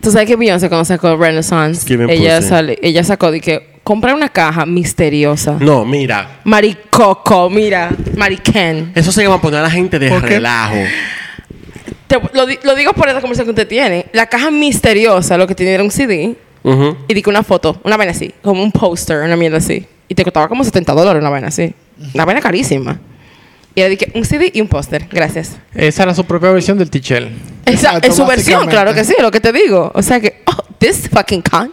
B: Tú sabes que Beyoncé cuando sacó Renaissance,
C: Giving
B: ella,
C: pussy.
B: sale- ella sacó de que compra una caja misteriosa.
C: No, mira.
B: Maricoco, mira, Mariken.
C: Eso se llama poner a la gente de relajo.
B: Te- lo, di- lo digo por esta conversación que usted tiene. La caja misteriosa, lo que tiene era un CD
C: Ujú.
B: y di que una foto, una vaina así, como un póster, una mierda así. Y te costaba como 70 dólares una vaina así. Una vaina carísima. Y era di que un CD y un póster. Gracias.
E: Esa era su propia versión del Tichel.
B: Esa
D: Exacto,
B: es su versión,
D: básicamente.
B: claro que sí, lo que te digo. O sea que, oh, this fucking cunt,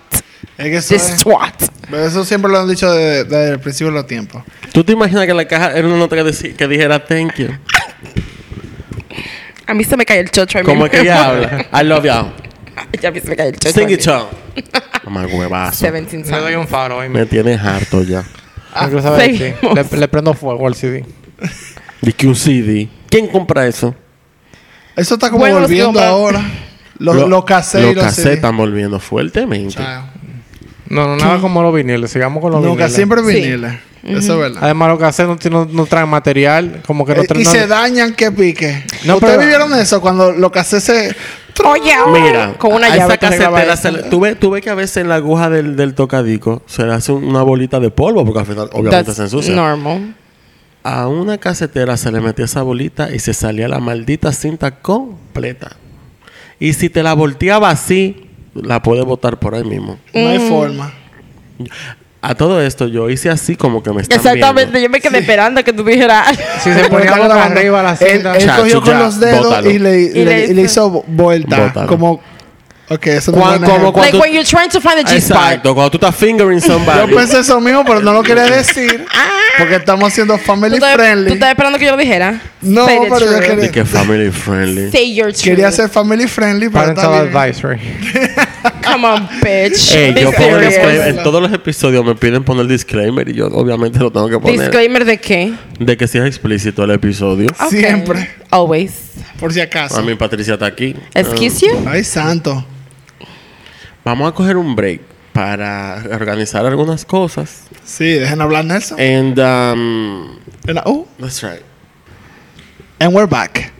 D: Es que eso,
B: this
D: es-
B: twat.
D: pero eso siempre lo han dicho desde, desde el principio de los tiempos.
C: ¿Tú te imaginas que la caja era una nota que, decí- que dijera thank you?
B: A mí se me cae el chocho. ahí
C: Como
B: mismo.
C: que ella habla. I
B: [LAUGHS]
C: love you.
B: Ya a mí se me cae el chocho.
C: Sing
B: ahí
C: it
B: mismo.
C: out. Mamá huevazo.
B: 17
E: Le doy un faro Ah, ahí
C: Me tienes harto ya.
E: No quiero saber de ti.
B: seguimos.
E: Le, le prendo fuego al CD.
C: De que un CD. ¿Quién compra eso?
D: Eso está como
B: Bueno, los
D: volviendo
B: compran.
D: ahora. Los lo,
C: Lo-
D: casé y Ah,
C: Los
D: los
C: cassettes
D: CD.
C: están volviendo fuertemente.
D: Chao.
E: No, no, nada como los viniles. Sigamos con los
D: Nunca,
E: viniles.
D: siempre viniles. Eso es
C: Ah,
D: verdad.
E: Además, los cassettes no, ti- no, no traen material. Como que no
D: Eh,
E: traen.
D: y
E: no-
D: se dañan que pique.
E: No,
D: ¿Ustedes
E: pero-
D: vivieron eso cuando los cassettes se...
B: Oye,
C: Mira,
B: con una
C: a
B: llave.
C: esa
B: te arreglaba
C: casetera
B: eso.
C: se le- tú, ves, tú ves que a veces en la aguja del, del tocadico se le hace un- una bolita de polvo porque al final obviamente
B: That's
C: se ensucia.
B: normal.
C: A una casetera se le metía esa bolita y se salía la maldita cinta completa. Y si te la volteaba así, la puedes botar por ahí mismo.
D: No hay forma.
C: A todo esto yo hice así como que me están
B: Exactamente,
C: viendo.
B: yo me quedé esperando que tú dijeras.
E: Si se ponía
D: Estaba
E: boca
D: grabando.
E: arriba la
D: Él-
E: cinta.
D: Él,
C: Chacho,
D: cogió con
C: ya,
D: los dedos
C: bótalo.
D: y le,
B: Y
D: le-
B: le
D: y le hizo vuelta.
C: Bótalo.
D: Como... Ok, eso no
C: Cuan-
D: es buen ejemplo.
C: como
B: like
C: [LAUGHS] Cuando-
B: when you're trying to find the G-spot.
C: Exacto, cuando tú estás fingering somebody.
D: Yo pensé eso mismo, pero no lo quería decir. Porque estamos siendo
B: ¿Tú
D: family
B: estás tú
D: friendly.
B: estás esperando que yo lo dijera?
D: No,
B: Say the
D: pero yo
B: truth.
D: quería-
C: de que family friendly.
B: Say your truth.
D: Quería ser family friendly, pero está
E: Parental
D: bien.
E: advisory.
B: Come on, bitch.
C: [LAUGHS] Ey,
B: Be
C: yo pongo
B: serious.
C: disclaimer. En todos los episodios me piden poner disclaimer y yo obviamente lo tengo que poner.
B: Disclaimer de qué?
C: De que sea explícito el episodio.
B: Ok.
D: Siempre.
B: Always.
D: Por si acaso.
C: A mí Patricia está aquí. Ah,
B: Excuse you?
D: Ay, santo.
C: Vamos a coger un break para organizar algunas cosas.
D: Sí, dejen hablar Nelson.
C: And um,
D: En la- uh,
C: that's right.
D: and we're back.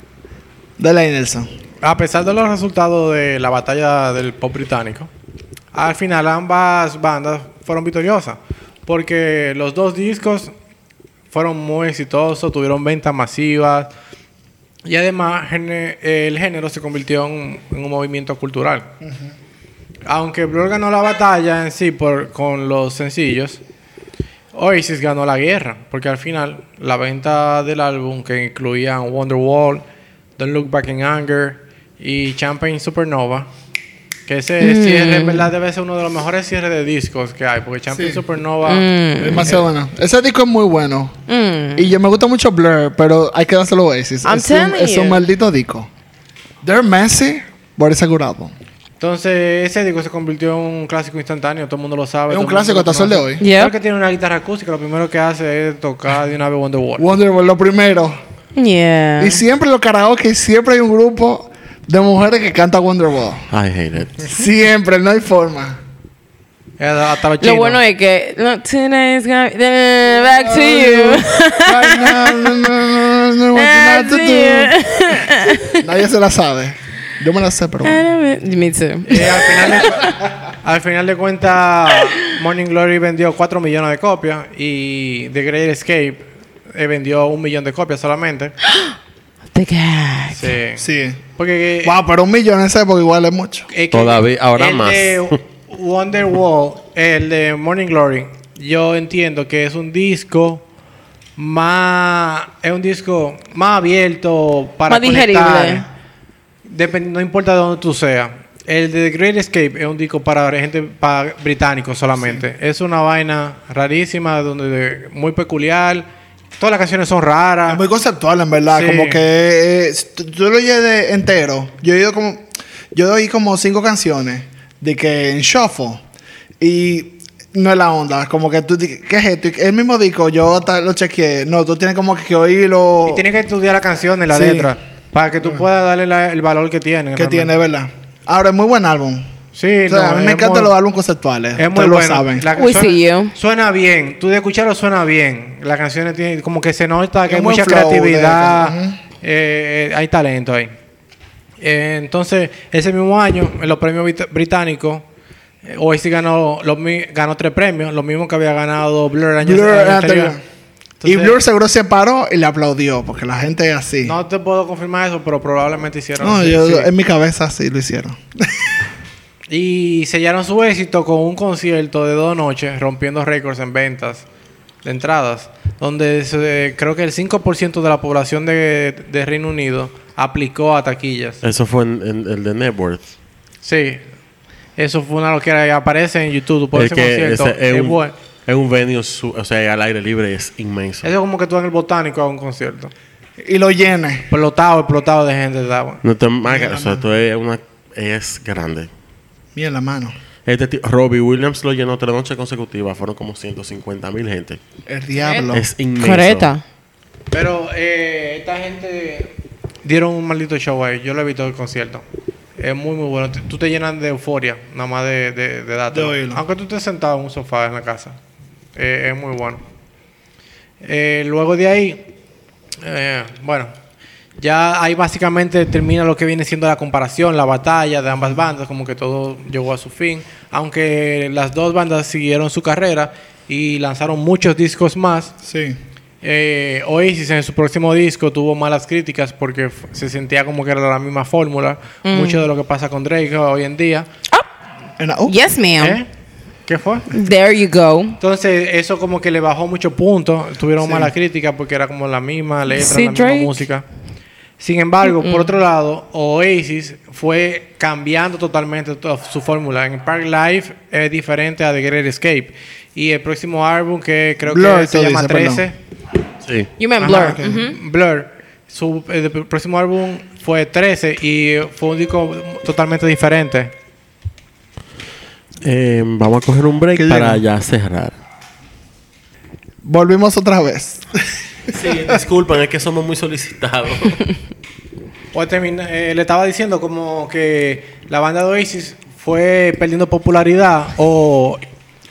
D: Dale ahí, Nelson.
B: Eh.
E: A pesar de los resultados de la batalla del pop británico, al final ambas bandas fueron victoriosas. Porque los dos discos fueron muy exitosos, tuvieron ventas masivas. Y además gene- el género se convirtió en, en un movimiento cultural. Aunque Blur ganó la batalla en sí por, con los sencillos, Oasis ganó la guerra, porque al final la venta del álbum que incluían Wonderwall, Don't Look Back in Anger y Champagne Supernova, que ese cierre, en verdad, debe ser uno de los mejores cierres de discos que hay, porque Champagne
D: Sí.
E: Supernova
D: Demasiado bueno. Ese disco es muy bueno.
C: Ah.
B: Mm.
D: Y yo me gusta mucho Blur, pero hay que dárselo a Oasis.
B: I'm
D: es, un,
B: telling
D: es un
B: you.
D: maldito disco. They're messy, but it's a good album.
E: Entonces, ese disco se convirtió en un clásico instantáneo, todo el mundo lo sabe.
D: Es un
E: todo el
D: clásico
E: mundo lo
D: hasta el sol de
E: conoce.
D: hoy.
B: Yep.
E: Creo que tiene una guitarra acústica, lo primero que hace es tocar de una vez Wonderwall.
D: Wonderwall, lo primero.
B: Mm, Yeah.
D: Y siempre los karaoke, siempre hay un grupo de mujeres que
B: [LAUGHS]
D: canta Wonderwall.
C: I hate it.
D: Siempre, no hay forma.
E: Eh, Hasta los
B: Lo
E: chinos.
B: bueno es que no, tonight's gonna be- back to you.
D: Right now, no, no, no, no, what
B: Back
D: not
B: to
D: to do. Nadie se la sabe. Yo me la sé, pero
B: Ah.
D: bueno.
B: you. [LAUGHS] Me too.
E: Eh, al, final de, [LAUGHS] al final de cuentas, Morning Glory vendió 4 millones de copias y The Great Escape eh, vendió un millón de copias solamente.
B: The gag.
E: Sí.
D: Ah, Sí.
E: Porque eh,
D: Wow, pero un millón en esa época igual es mucho.
E: es que
C: Todavía- ahora
E: el
C: más. [LAUGHS]
E: de Wonderwall, el de Morning Glory, yo entiendo que es un disco más es un disco más abierto para
B: Más digerible.
E: conectar. Depen- no importa de dónde tú seas. El de The Great Escape es un disco para gente para británicos solamente. Es una vaina rarísima, donde muy peculiar. Todas las canciones son raras.
D: Es muy conceptual, en verdad.
E: Sí.
D: Como que eh, tú- tú lo oyes de entero. Yo he oído como. Yo oí como cinco canciones de que en shuffle. Y no es la onda. Como que tú di- ¿qué es esto? Y El mismo disco, yo hasta lo chequeé. No, tú tienes como que oírlo.
E: Y tienes que estudiar la canción y la
D: Sí. Ah.
E: letra para que tú puedas darle la- el valor que tiene.
D: que
E: realmente.
D: tiene, ¿verdad? Ahora, es muy buen álbum.
E: Sí,
D: O sea,
E: no,
D: a mí
E: es
D: me encantan
E: muy-
D: los álbumes conceptuales.
E: Es muy
D: Ustedes lo
E: bueno.
D: saben.
E: La-
B: We
E: suena,
B: see you.
E: suena bien. Tú de escucharlo suena bien. Las canciones tienen como que se nota que
D: Es
E: hay
D: buen
E: mucha eh,
D: flow de-
E: creatividad.
D: Ujú.
E: eh, eh, hay talento ahí. Eh, entonces, ese mismo año, en los premios brit- británicos, eh, Oasis ganó, los mi- ganó tres premios, lo mismo que había ganado Blur el año,
D: Blur
E: el año
D: anterior.
E: anterior.
D: y
E: Entonces,
D: Blur seguro se paró y le aplaudió, porque la gente es así. No,
E: No te puedo confirmar eso, pero probablemente hicieron así,
D: yo
E: sí.
D: en mi cabeza sí lo hicieron.
E: Y sellaron su éxito con un concierto de dos noches, rompiendo récords en ventas de entradas, donde se- creo que el 5% de la población de, de Reino Unido aplicó a taquillas.
C: Eso fue en, en- el de Network.
E: Sí, eso fue una loquera que aparece en YouTube. Tú
C: Es
E: puedes ese
C: que
E: concierto.
C: ese es,
E: es
C: un,
E: bueno.
C: es un venue, su- o sea, al aire libre es inmenso.
E: Eso es como que tú en el botánico a un concierto.
D: Y lo llené.
E: Explotado, explotado de gente. estaba.
C: No te imaginas, o sea, esto es, una, es grande.
D: Mira la mano.
C: Este tío- Robbie Williams lo llenó tres noches consecutivas, fueron como 150 mil gente.
D: El diablo.
C: Es inmenso.
B: Correcta.
E: Pero eh, esta gente dieron un maldito show ahí. Yo lo he visto el concierto. Es muy, muy bueno. T- Tú te llenas de euforia, nada más de, de, de
D: De
E: datos.
D: oírlo.
E: Aunque tú estés sentado en un sofá en la casa. Eh, es muy bueno. Eh, luego de ahí, eh, bueno, ya ahí básicamente termina lo que viene siendo la comparación, la batalla de ambas bandas, como que todo llegó a su fin. Aunque las dos bandas siguieron su carrera y lanzaron muchos discos más.
D: Sí.
E: Eh, Oasis en su próximo disco tuvo malas críticas porque f- se sentía como que era la misma fórmula.
B: Mm.
E: Mucho de lo que pasa con Drake hoy en día.
D: En la- uh,
B: Yes, ma'am.
E: ¿Eh? ¿Qué fue?
B: There you go.
E: Entonces, eso como que le bajó muchos puntos. Tuvieron malas críticas porque era como la misma letra,
B: Sí,
E: la misma
B: Drake.
E: música. Sin embargo, por otro lado, Oasis fue cambiando totalmente to- su fórmula. En Park Life es diferente a The Great Escape. Y el próximo álbum, que creo
D: Blur,
E: que se
D: tú
E: llama
D: dices,
E: 13.
D: perdón.
C: Sí.
B: You mean blur.
E: Ajá,
B: Ujú.
E: Blur. Su eh, el próximo álbum fue 13 y fue un disco totalmente diferente.
C: Eh, vamos a coger un
D: ¿Qué
C: break para
D: llega?
C: ya cerrar.
D: Volvimos otra
C: [LAUGHS]
D: vez.
C: Sí, disculpen, es que somos muy solicitados.
E: Pues termina- eh, le estaba diciendo como que la banda de Oasis fue perdiendo popularidad o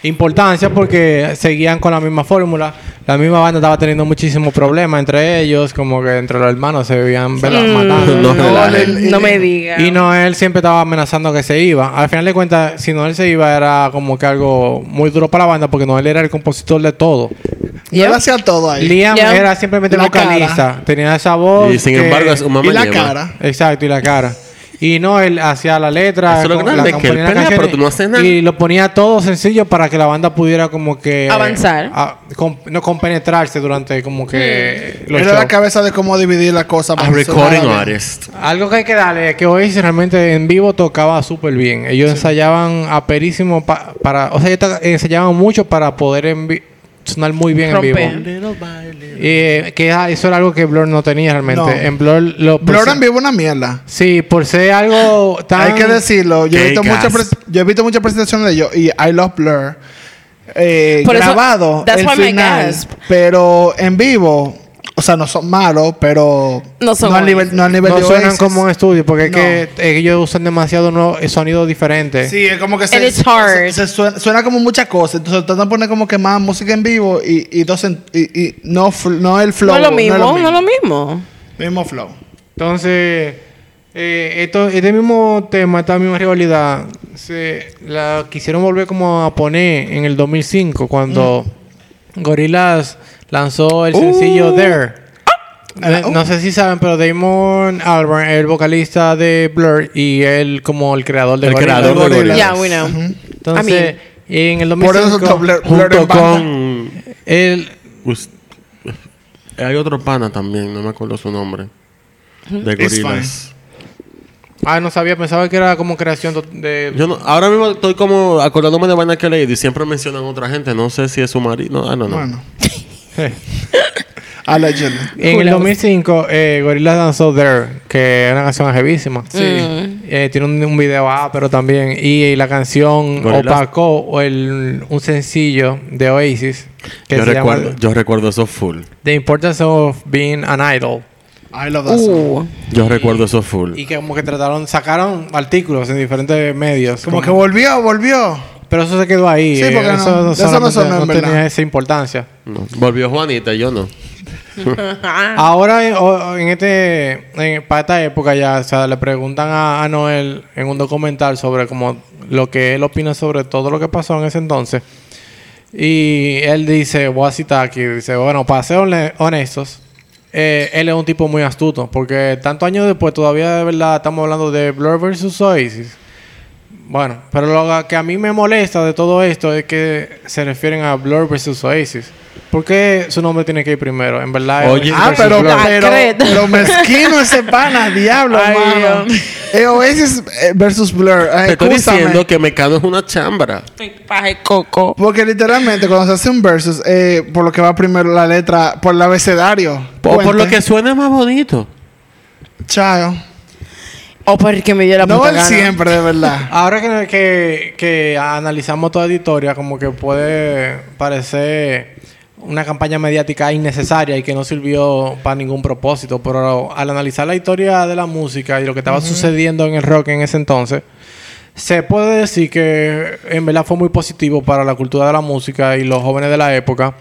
E: importancia porque seguían con la misma fórmula. La misma banda estaba teniendo muchísimos problemas entre ellos, como que entre los hermanos se vivían ¿verdad? matando.
C: No relajen.
B: Mm, no, no me digas.
E: Y Noel siempre estaba amenazando que se iba. Al final de cuentas, si Noel se iba era como que algo muy duro para la banda porque Noel era el compositor de todo.
D: Y él hacía todo ahí.
E: Liam
B: Ya.
E: era simplemente
D: La
E: vocalista. Tenía esa voz.
C: y sin
E: que-
C: embargo, es un mamá
D: y la
C: ñema.
D: cara.
E: Exacto, y la cara. Y Noel hacía la letra.
C: Eso es lo
E: con-
C: grande,
E: la-
C: que él
E: componía
C: pelea,
E: canciones
C: pero tú no haces nada.
E: Y lo ponía todo sencillo para que la banda pudiera como que...
B: Avanzar.
E: a- com- no compenetrarse durante como que... los
D: Él era la
E: shows.
D: cabeza de cómo dividir la cosa.
C: A
D: para que
C: recording
D: sonara bien.
C: artist.
E: Algo que hay que darle es que Oasis realmente en vivo tocaba súper bien. Ellos ensayaban aperísimo pa- para... O sea, ellos ta- ensayaban mucho para poder en vi- sonar muy bien en
B: Romper.
E: vivo. Y, eh, que ah, eso era algo que Blur no tenía realmente.
D: No.
E: En Blur... Lo, por
D: Blur
C: Pues
E: ser-
D: en vivo una mierda.
E: Sí, por ser algo tan...
D: Hay que decirlo. Yo he,
C: Qué
D: visto muchas
C: gas.
D: pres- yo he visto muchas presentaciones de ellos y I Love Blur. eh,
B: Por eso-
D: grabado
B: that's
D: el
B: why my
D: final,
B: gasp.
D: pero en vivo, o sea, no son malos, pero
B: No son
D: al nivel,
B: Oasis.
D: no al nivel
E: No
D: de
E: suenan
D: Oasis.
E: como este. un estudio porque
D: No.
E: es que ellos usan demasiado no, sonido diferente.
D: Sí, es como que se,
B: And it's hard.
D: se- se suena, suena como muchas cosas. Entonces tratan de poner como que más música en vivo y, y, dos en- y, y no, fl- no el flow.
B: no es lo mismo,
D: No es lo mismo.
B: mismo.
D: Mismo flow.
E: Entonces, eh, esto, este mismo tema, esta misma rivalidad, se la quisieron volver como a poner en el 2005 cuando Gorillaz lanzó el sencillo There. Eh, No sé si saben, pero Damon Albarn, el vocalista de Blur y él como el creador de
C: El
E: Gorillaz.
C: creador de
D: Gorillaz.
C: Gorillaz.
B: Yeah, we know.
E: Entonces,
B: I mean-
E: en el
D: Por
E: 2005,
D: eso está Blur, Blur en
C: Junto
D: banda.
C: con...
E: él
C: us- hay otro pana también, no me acuerdo su nombre. De
D: It's
C: Gorillaz.
E: Ah, no sabía, pensaba que era como creación to- de.
C: Yo no- ahora mismo estoy como acordándome de vaina que he leído y siempre mencionan a otra gente. No sé si es su marido. No, ah, no, no.
E: [LAUGHS]
D: Bueno,
E: Eh.
D: allegedly.
E: En el 2005, eh, Gorillaz lanzó There, que es una canción jevísima. Sí. tiene un, un video A, pero también. Y, la canción
C: Gorillaz.
E: opacó o el, un sencillo de Oasis que
C: yo,
E: se
C: recuerdo,
E: llama
C: yo recuerdo eso full.
E: The Importance of Being an Idol.
D: I love that song.
B: Uh,
C: Yo recuerdo eso full.
E: Y que como que trataron, sacaron artículos en diferentes medios.
D: Como que volvió, volvió.
E: pero eso se quedó ahí.
D: Sí,
E: eh,
D: porque no-
E: eso,
D: de eso no
E: solamente
D: sonó, en
E: no tenía
D: verdad.
E: esa importancia.
C: No. Volvió Juanita, yo no.
E: Ahora, en, o- en este, en- para esta época ya, o sea, le preguntan a, a Noel en un documental sobre como lo que él opina sobre todo lo que pasó en ese entonces. Y él dice, voy a citar aquí, dice, bueno, para ser hone- honestos, eh, él es un tipo muy astuto, porque tantos años después todavía de verdad estamos hablando de Blur vs. Oasis. Bueno, pero lo que a mí me molesta de todo esto es que se refieren a Blur vs. Oasis. ¿Por qué su nombre tiene que ir primero? En verdad... es
C: Oye,
E: Oasis
D: Ah,
E: versus
D: pero,
E: Blur.
B: La creta.
D: pero, lo mezquino ese pana, diablo,
B: Ay,
D: mano.
B: Dios.
D: Eh, Oasis eh, versus Blur. Ay,
C: Te estoy
D: excúsame.
C: diciendo que Mecano es una chambra.
B: Paje coco.
D: Porque literalmente cuando se hace un versus, eh, por lo que va primero la letra, por el abecedario.
C: O por lo
D: Puente.
C: que suena más bonito.
D: Chao.
B: O porque me dio la
D: No
B: puta
D: el
B: gana.
D: siempre, de
E: [LAUGHS]
D: verdad.
E: Ahora que, que, que analizamos toda la historia, como que puede parecer una campaña mediática innecesaria y que no sirvió para ningún propósito, pero al analizar la historia de la música y lo que estaba sucediendo en el rock en ese entonces, se puede decir que en verdad fue muy positivo para la cultura de la música y los jóvenes de la época,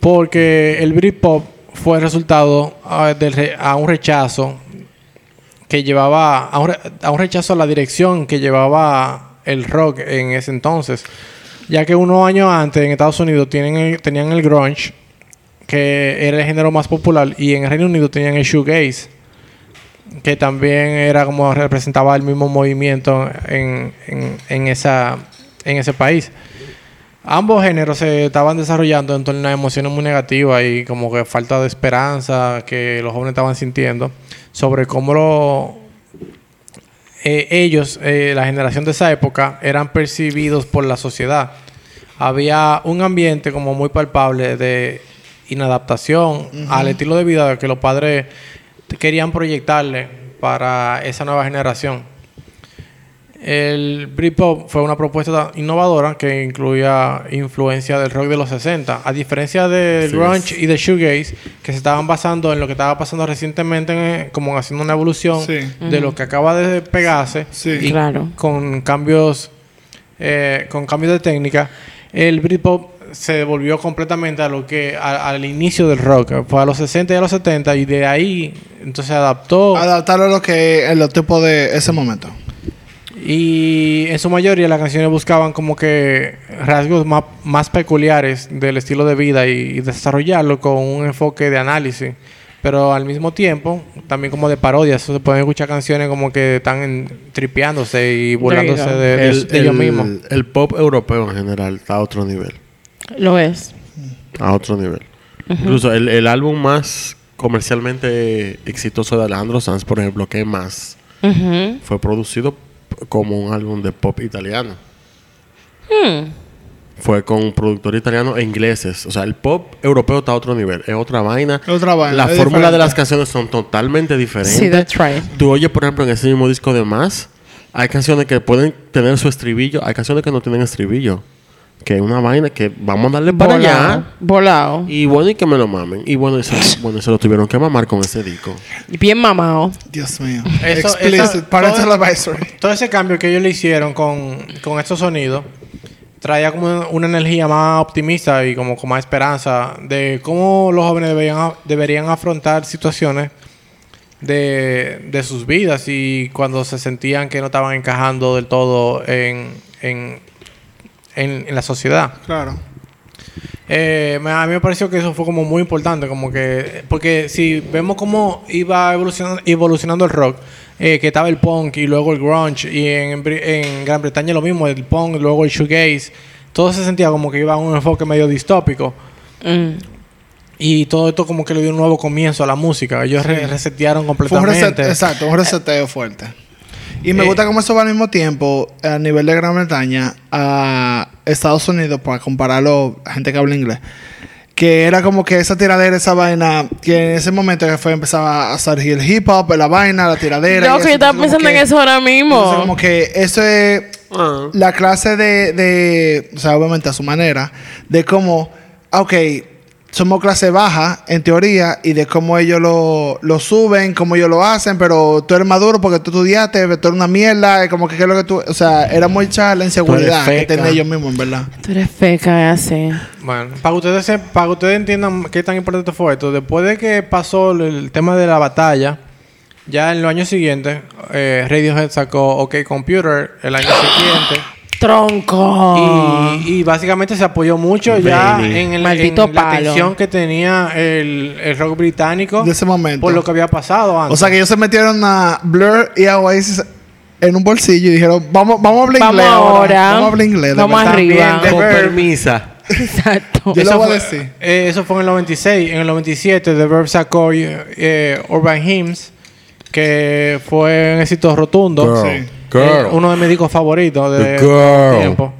E: porque el Britpop fue el resultado ah, del re- a un rechazo que llevaba a un, re- a un rechazo a la dirección que llevaba el rock en ese entonces. Ya que unos años antes en Estados Unidos tienen el- tenían el grunge, que era el género más popular, y en el Reino Unido tenían el shoegaze, que también era como representaba el mismo movimiento en, en- en esa, en ese país. Ambos géneros se estaban desarrollando en torno a emociones muy negativas y como que falta de esperanza que los jóvenes estaban sintiendo sobre cómo lo- eh, ellos, eh, la generación de esa época, eran percibidos por la sociedad. Había un ambiente como muy palpable de inadaptación al estilo de vida que los padres querían proyectarle para esa nueva generación. El Britpop fue una propuesta innovadora que incluía influencia del rock de los 60, a diferencia del
C: Así
E: grunge y del shoegaze que se estaban basando en lo que estaba pasando recientemente, en- como haciendo una evolución
D: Sí.
E: de lo que acaba de pegarse
D: Sí.
E: y
B: Claro.
E: con cambios eh, con cambios de técnica. El Britpop se devolvió completamente a lo que a- al inicio del rock, fue a los 60 y a los 70 y de ahí entonces se adaptó
D: Adaptarlo a lo que el tipo de ese momento.
E: Y en su mayoría las canciones buscaban como que rasgos ma- más peculiares del estilo de vida y, y desarrollarlo con un enfoque de análisis. Pero al mismo tiempo, también como de parodias. Se pueden escuchar canciones como que están en- tripeándose y burlándose
B: Diga.
E: de, de- de ellos mismos.
C: el pop europeo en general está a otro nivel.
B: Lo es.
C: A otro nivel. Incluso el, el álbum más comercialmente exitoso de Alejandro Sanz, por ejemplo, que es más,
B: Ujú.
C: fue producido p- como un álbum de pop italiano. Fue con un productor italiano e ingleses. O sea, el pop europeo está a otro nivel. Es otra vaina.
D: Es otra vaina,
C: La
D: es
C: fórmula de
D: diferente.
C: las canciones son totalmente diferentes.
B: Sí, that's right.
C: Tú oyes, por ejemplo, en ese mismo disco de Más, hay canciones que pueden tener su estribillo, hay canciones que no tienen estribillo. Que es una vaina que vamos a darle para
B: Volado.
C: allá.
B: Volado.
C: Y bueno, y que me lo mamen. Y bueno, eso, bueno, se lo tuvieron que mamar con ese disco.
B: Bien mamado.
D: Dios mío.
E: Eso-
D: Explicit.
E: esa-
D: parental
E: todo-
D: advisory.
E: Todo ese cambio que ellos le hicieron con, con estos sonidos traía como una energía más optimista y como con más esperanza de cómo los jóvenes deberían, deberían afrontar situaciones de, de sus vidas y cuando se sentían que no estaban encajando del todo en, en, en- en la sociedad.
D: Claro.
E: Eh, me- a mí me pareció que eso fue como muy importante, como que... Porque si vemos cómo iba evolucionando, evolucionando el rock, eh, que estaba el punk y luego el grunge, y en, Bri- en Gran Bretaña lo mismo, el punk, luego el shoegaze, todo se sentía como que iba a un enfoque medio distópico.
B: Mm.
E: Y todo esto como que le dio un nuevo comienzo a la música. Ellos re- resetearon
D: Fue un reset-
E: completamente.
D: exacto, un reseteo fuerte. Y me
E: Eh,
D: gusta cómo eso va al mismo tiempo a nivel de Gran Bretaña a Estados Unidos para compararlo a gente que habla inglés. Que era como que esa tiradera, esa vaina, que en ese momento que fue empezaba a surgir el hip hop, la vaina, la tiradera.
B: Loco,
D: y
B: yo estaba
D: Entonces, como
B: pensando en
D: que-
B: eso ahora
D: entonces,
B: mismo.
D: como que eso es la clase de, de, o sea, obviamente a su manera, de cómo, ah, ok, somos clase baja, en teoría, y de cómo ellos lo, lo suben, cómo ellos lo hacen, pero tú eres maduro porque tú estudiaste, pero tú eres una mierda, y como que qué es lo que tú... O sea, era muy charla la inseguridad que
A: feca.
D: tenían ellos mismos, en verdad.
B: Tú eres feca, así.
E: Bueno, para que ustedes, se- para que ustedes entiendan qué tan importante fue esto, después de que pasó el, el tema de la batalla, ya en los años siguientes, eh, Radiohead sacó OK Computer el año siguiente.
B: Tronco.
E: Y, y básicamente se apoyó mucho ya
A: Baby.
E: en, el,
B: Ah. Maldito
E: en la
B: palo.
E: tensión que tenía el, el rock británico
D: De ese momento.
E: Oh, por lo que había pasado antes.
D: O sea, que ellos se metieron a Blur y a Oasis en un bolsillo y dijeron, vamos, vamos a hablar
B: Vamos
D: inglés
B: ahora.
D: Vamos a hablar inglés. de
B: Vamos
D: verdad".
B: arriba.
D: de
C: Con
D: ver-
C: permisa.
B: Exacto. Oh,
D: Yo
E: Eso
D: lo voy a
E: fue-
D: decir.
E: eh, eso fue en el 96. En el 97, The Verb sacó eh, Urban Hymns, que fue un éxito rotundo.
C: Girl.
D: Sí.
C: Girl.
E: Eh, uno de mis discos favoritos de
C: The Girl.
E: tiempo.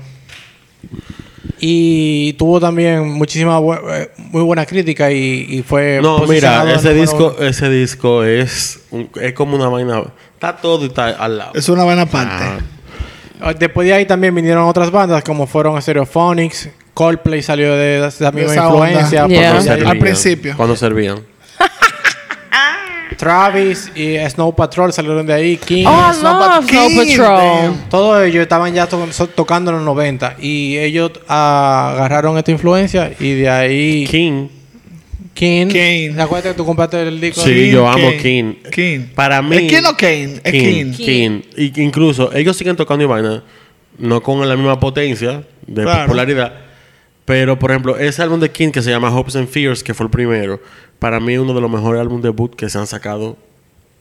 E: Y tuvo también muchísima bu- eh, muy buena crítica y, y fue
C: No,
E: posicionado
C: mira, ese
E: número
C: disco,
E: uno.
C: ese disco es, un- es como una vaina. Está todo y está al lado.
D: Es una buena parte.
C: Ah.
E: Ah, Después de ahí también vinieron otras bandas como fueron Stereophonics, Coldplay salió de de esa misma
D: esa onda.
B: Yeah.
E: influencia, porque
C: Cuando
E: ahí-
D: Al
C: servían.
D: principio.
C: Cuando servían.
E: Travis y Snow Patrol salieron de ahí, King,
B: Oh, I
D: Snow
B: love Snow
D: Patrol.
B: Patrol.
E: Todos ellos estaban ya to- so- tocando en los 90 y ellos ah, agarraron esta influencia y de ahí
C: King.
E: King.
D: King.
E: ¿Te acuerdas que tú compraste el disco?
C: Sí,
E: King.
C: yo amo
D: King.
C: King.
D: King.
C: Para mí.
D: ¿Es King o Kane? Es King.
C: King. King. Y- incluso ellos siguen tocando y vaina, no con la misma potencia de
D: Claro.
C: popularidad. Pero, por ejemplo, ese álbum de King que se llama Hopes and Fears, que fue el primero, para mí es uno de los mejores álbumes debut que se han sacado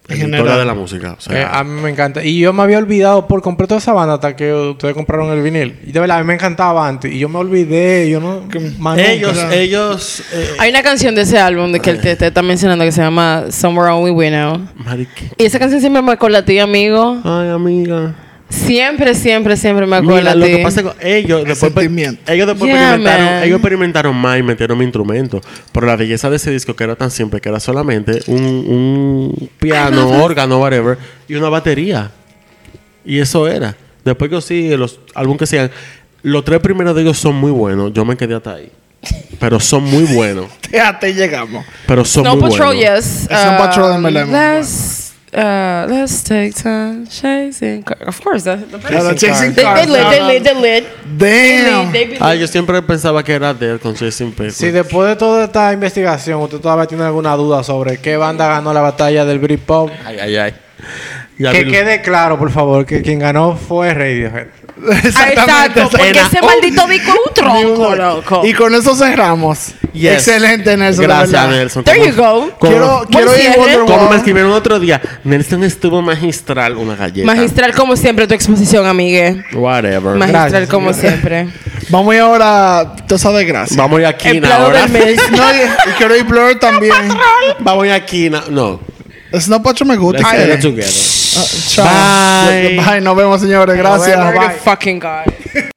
C: en la
D: En
C: historia
D: general.
C: de la música. O sea,
E: Eh, a mí me encanta. Y yo me había olvidado por completo de esa banda hasta que ustedes compraron el vinil. Y de verdad, a mí me encantaba antes. Y yo me olvidé. Yo no. más nunca.
C: ellos, ellos. eh,
B: Hay una canción de ese álbum de que él te, te está mencionando que se llama Somewhere Only We Know.
C: marica.
B: Y esa canción siempre me acuerda a ti, amigo.
C: Ay, amiga.
B: Siempre, siempre, siempre me acuerdo
C: Mira,
B: a
C: lo
B: ti.
C: que pasa es que ellos
D: [LAUGHS]
C: después,
D: sentimiento.
C: ellos después
B: Yeah,
C: experimentaron,
B: man.
C: ellos experimentaron más y metieron instrumentos. Pero la belleza de ese disco que era tan simple, que era solamente un, un piano, órgano, whatever, y una batería. Y eso era. Después que sí, los álbumes que sean, los tres primeros de ellos son muy buenos. Yo me quedé hasta ahí. Pero son muy buenos.
D: Hasta ahí llegamos.
C: Pero son
B: Snow
C: muy
B: Patrol,
C: buenos.
B: yes.
D: Snow Patrol
B: Um,
D: en verdad es muy
B: Let's, uh, let's take time chasing. car- Of course, that's the
D: Claro, Chasing
B: They, they
D: Cars.
B: lit, they lit, they lit. They lit,
D: Damn.
B: they lit.
C: Ah, yo siempre pensaba que era de él con Chasing Papers.
E: Si después de toda esta investigación usted todavía tiene alguna duda sobre qué banda ganó la batalla del Britpop,
C: Ay, ay, ay. Ya
E: que
C: vi-
E: quede claro, por favor, que quien ganó fue Radiohead.
B: Ah, Exacto, porque
D: Era
B: ese
D: un-
B: maldito disco es un tronco, loco.
D: Y con eso cerramos.
C: Yes.
D: Excelente, Nelson. la
C: Gracias,
D: verdad.
C: Nelson.
B: There
C: ¿Cómo-
B: you go.
C: cómo-
D: Quiero, quiero ir
B: cierre.
D: Wonderwall.
C: Como me escribieron otro día, Nelson estuvo magistral una galleta.
B: Magistral como siempre tu exposición, amigue.
C: Whatever.
B: Magistral
E: Gracias,
B: como
E: señora.
B: siempre.
D: Vamos a ir ahora a Tosa de Gracia.
C: Vamos a ir a Kina
B: Empleado
C: ahora.
B: del mes.
D: [LAUGHS] No, y, y quiero ir Blur también.
C: [LAUGHS] Vamos a ir a Kina. No.
D: Snow Patrol me gusta.
C: Let's get it
D: Ay,
C: together.
D: ah, chao.
C: Bye.
D: Bye. Nos vemos, señores. Gracias.
B: Where
D: Bye.
B: the fucking God.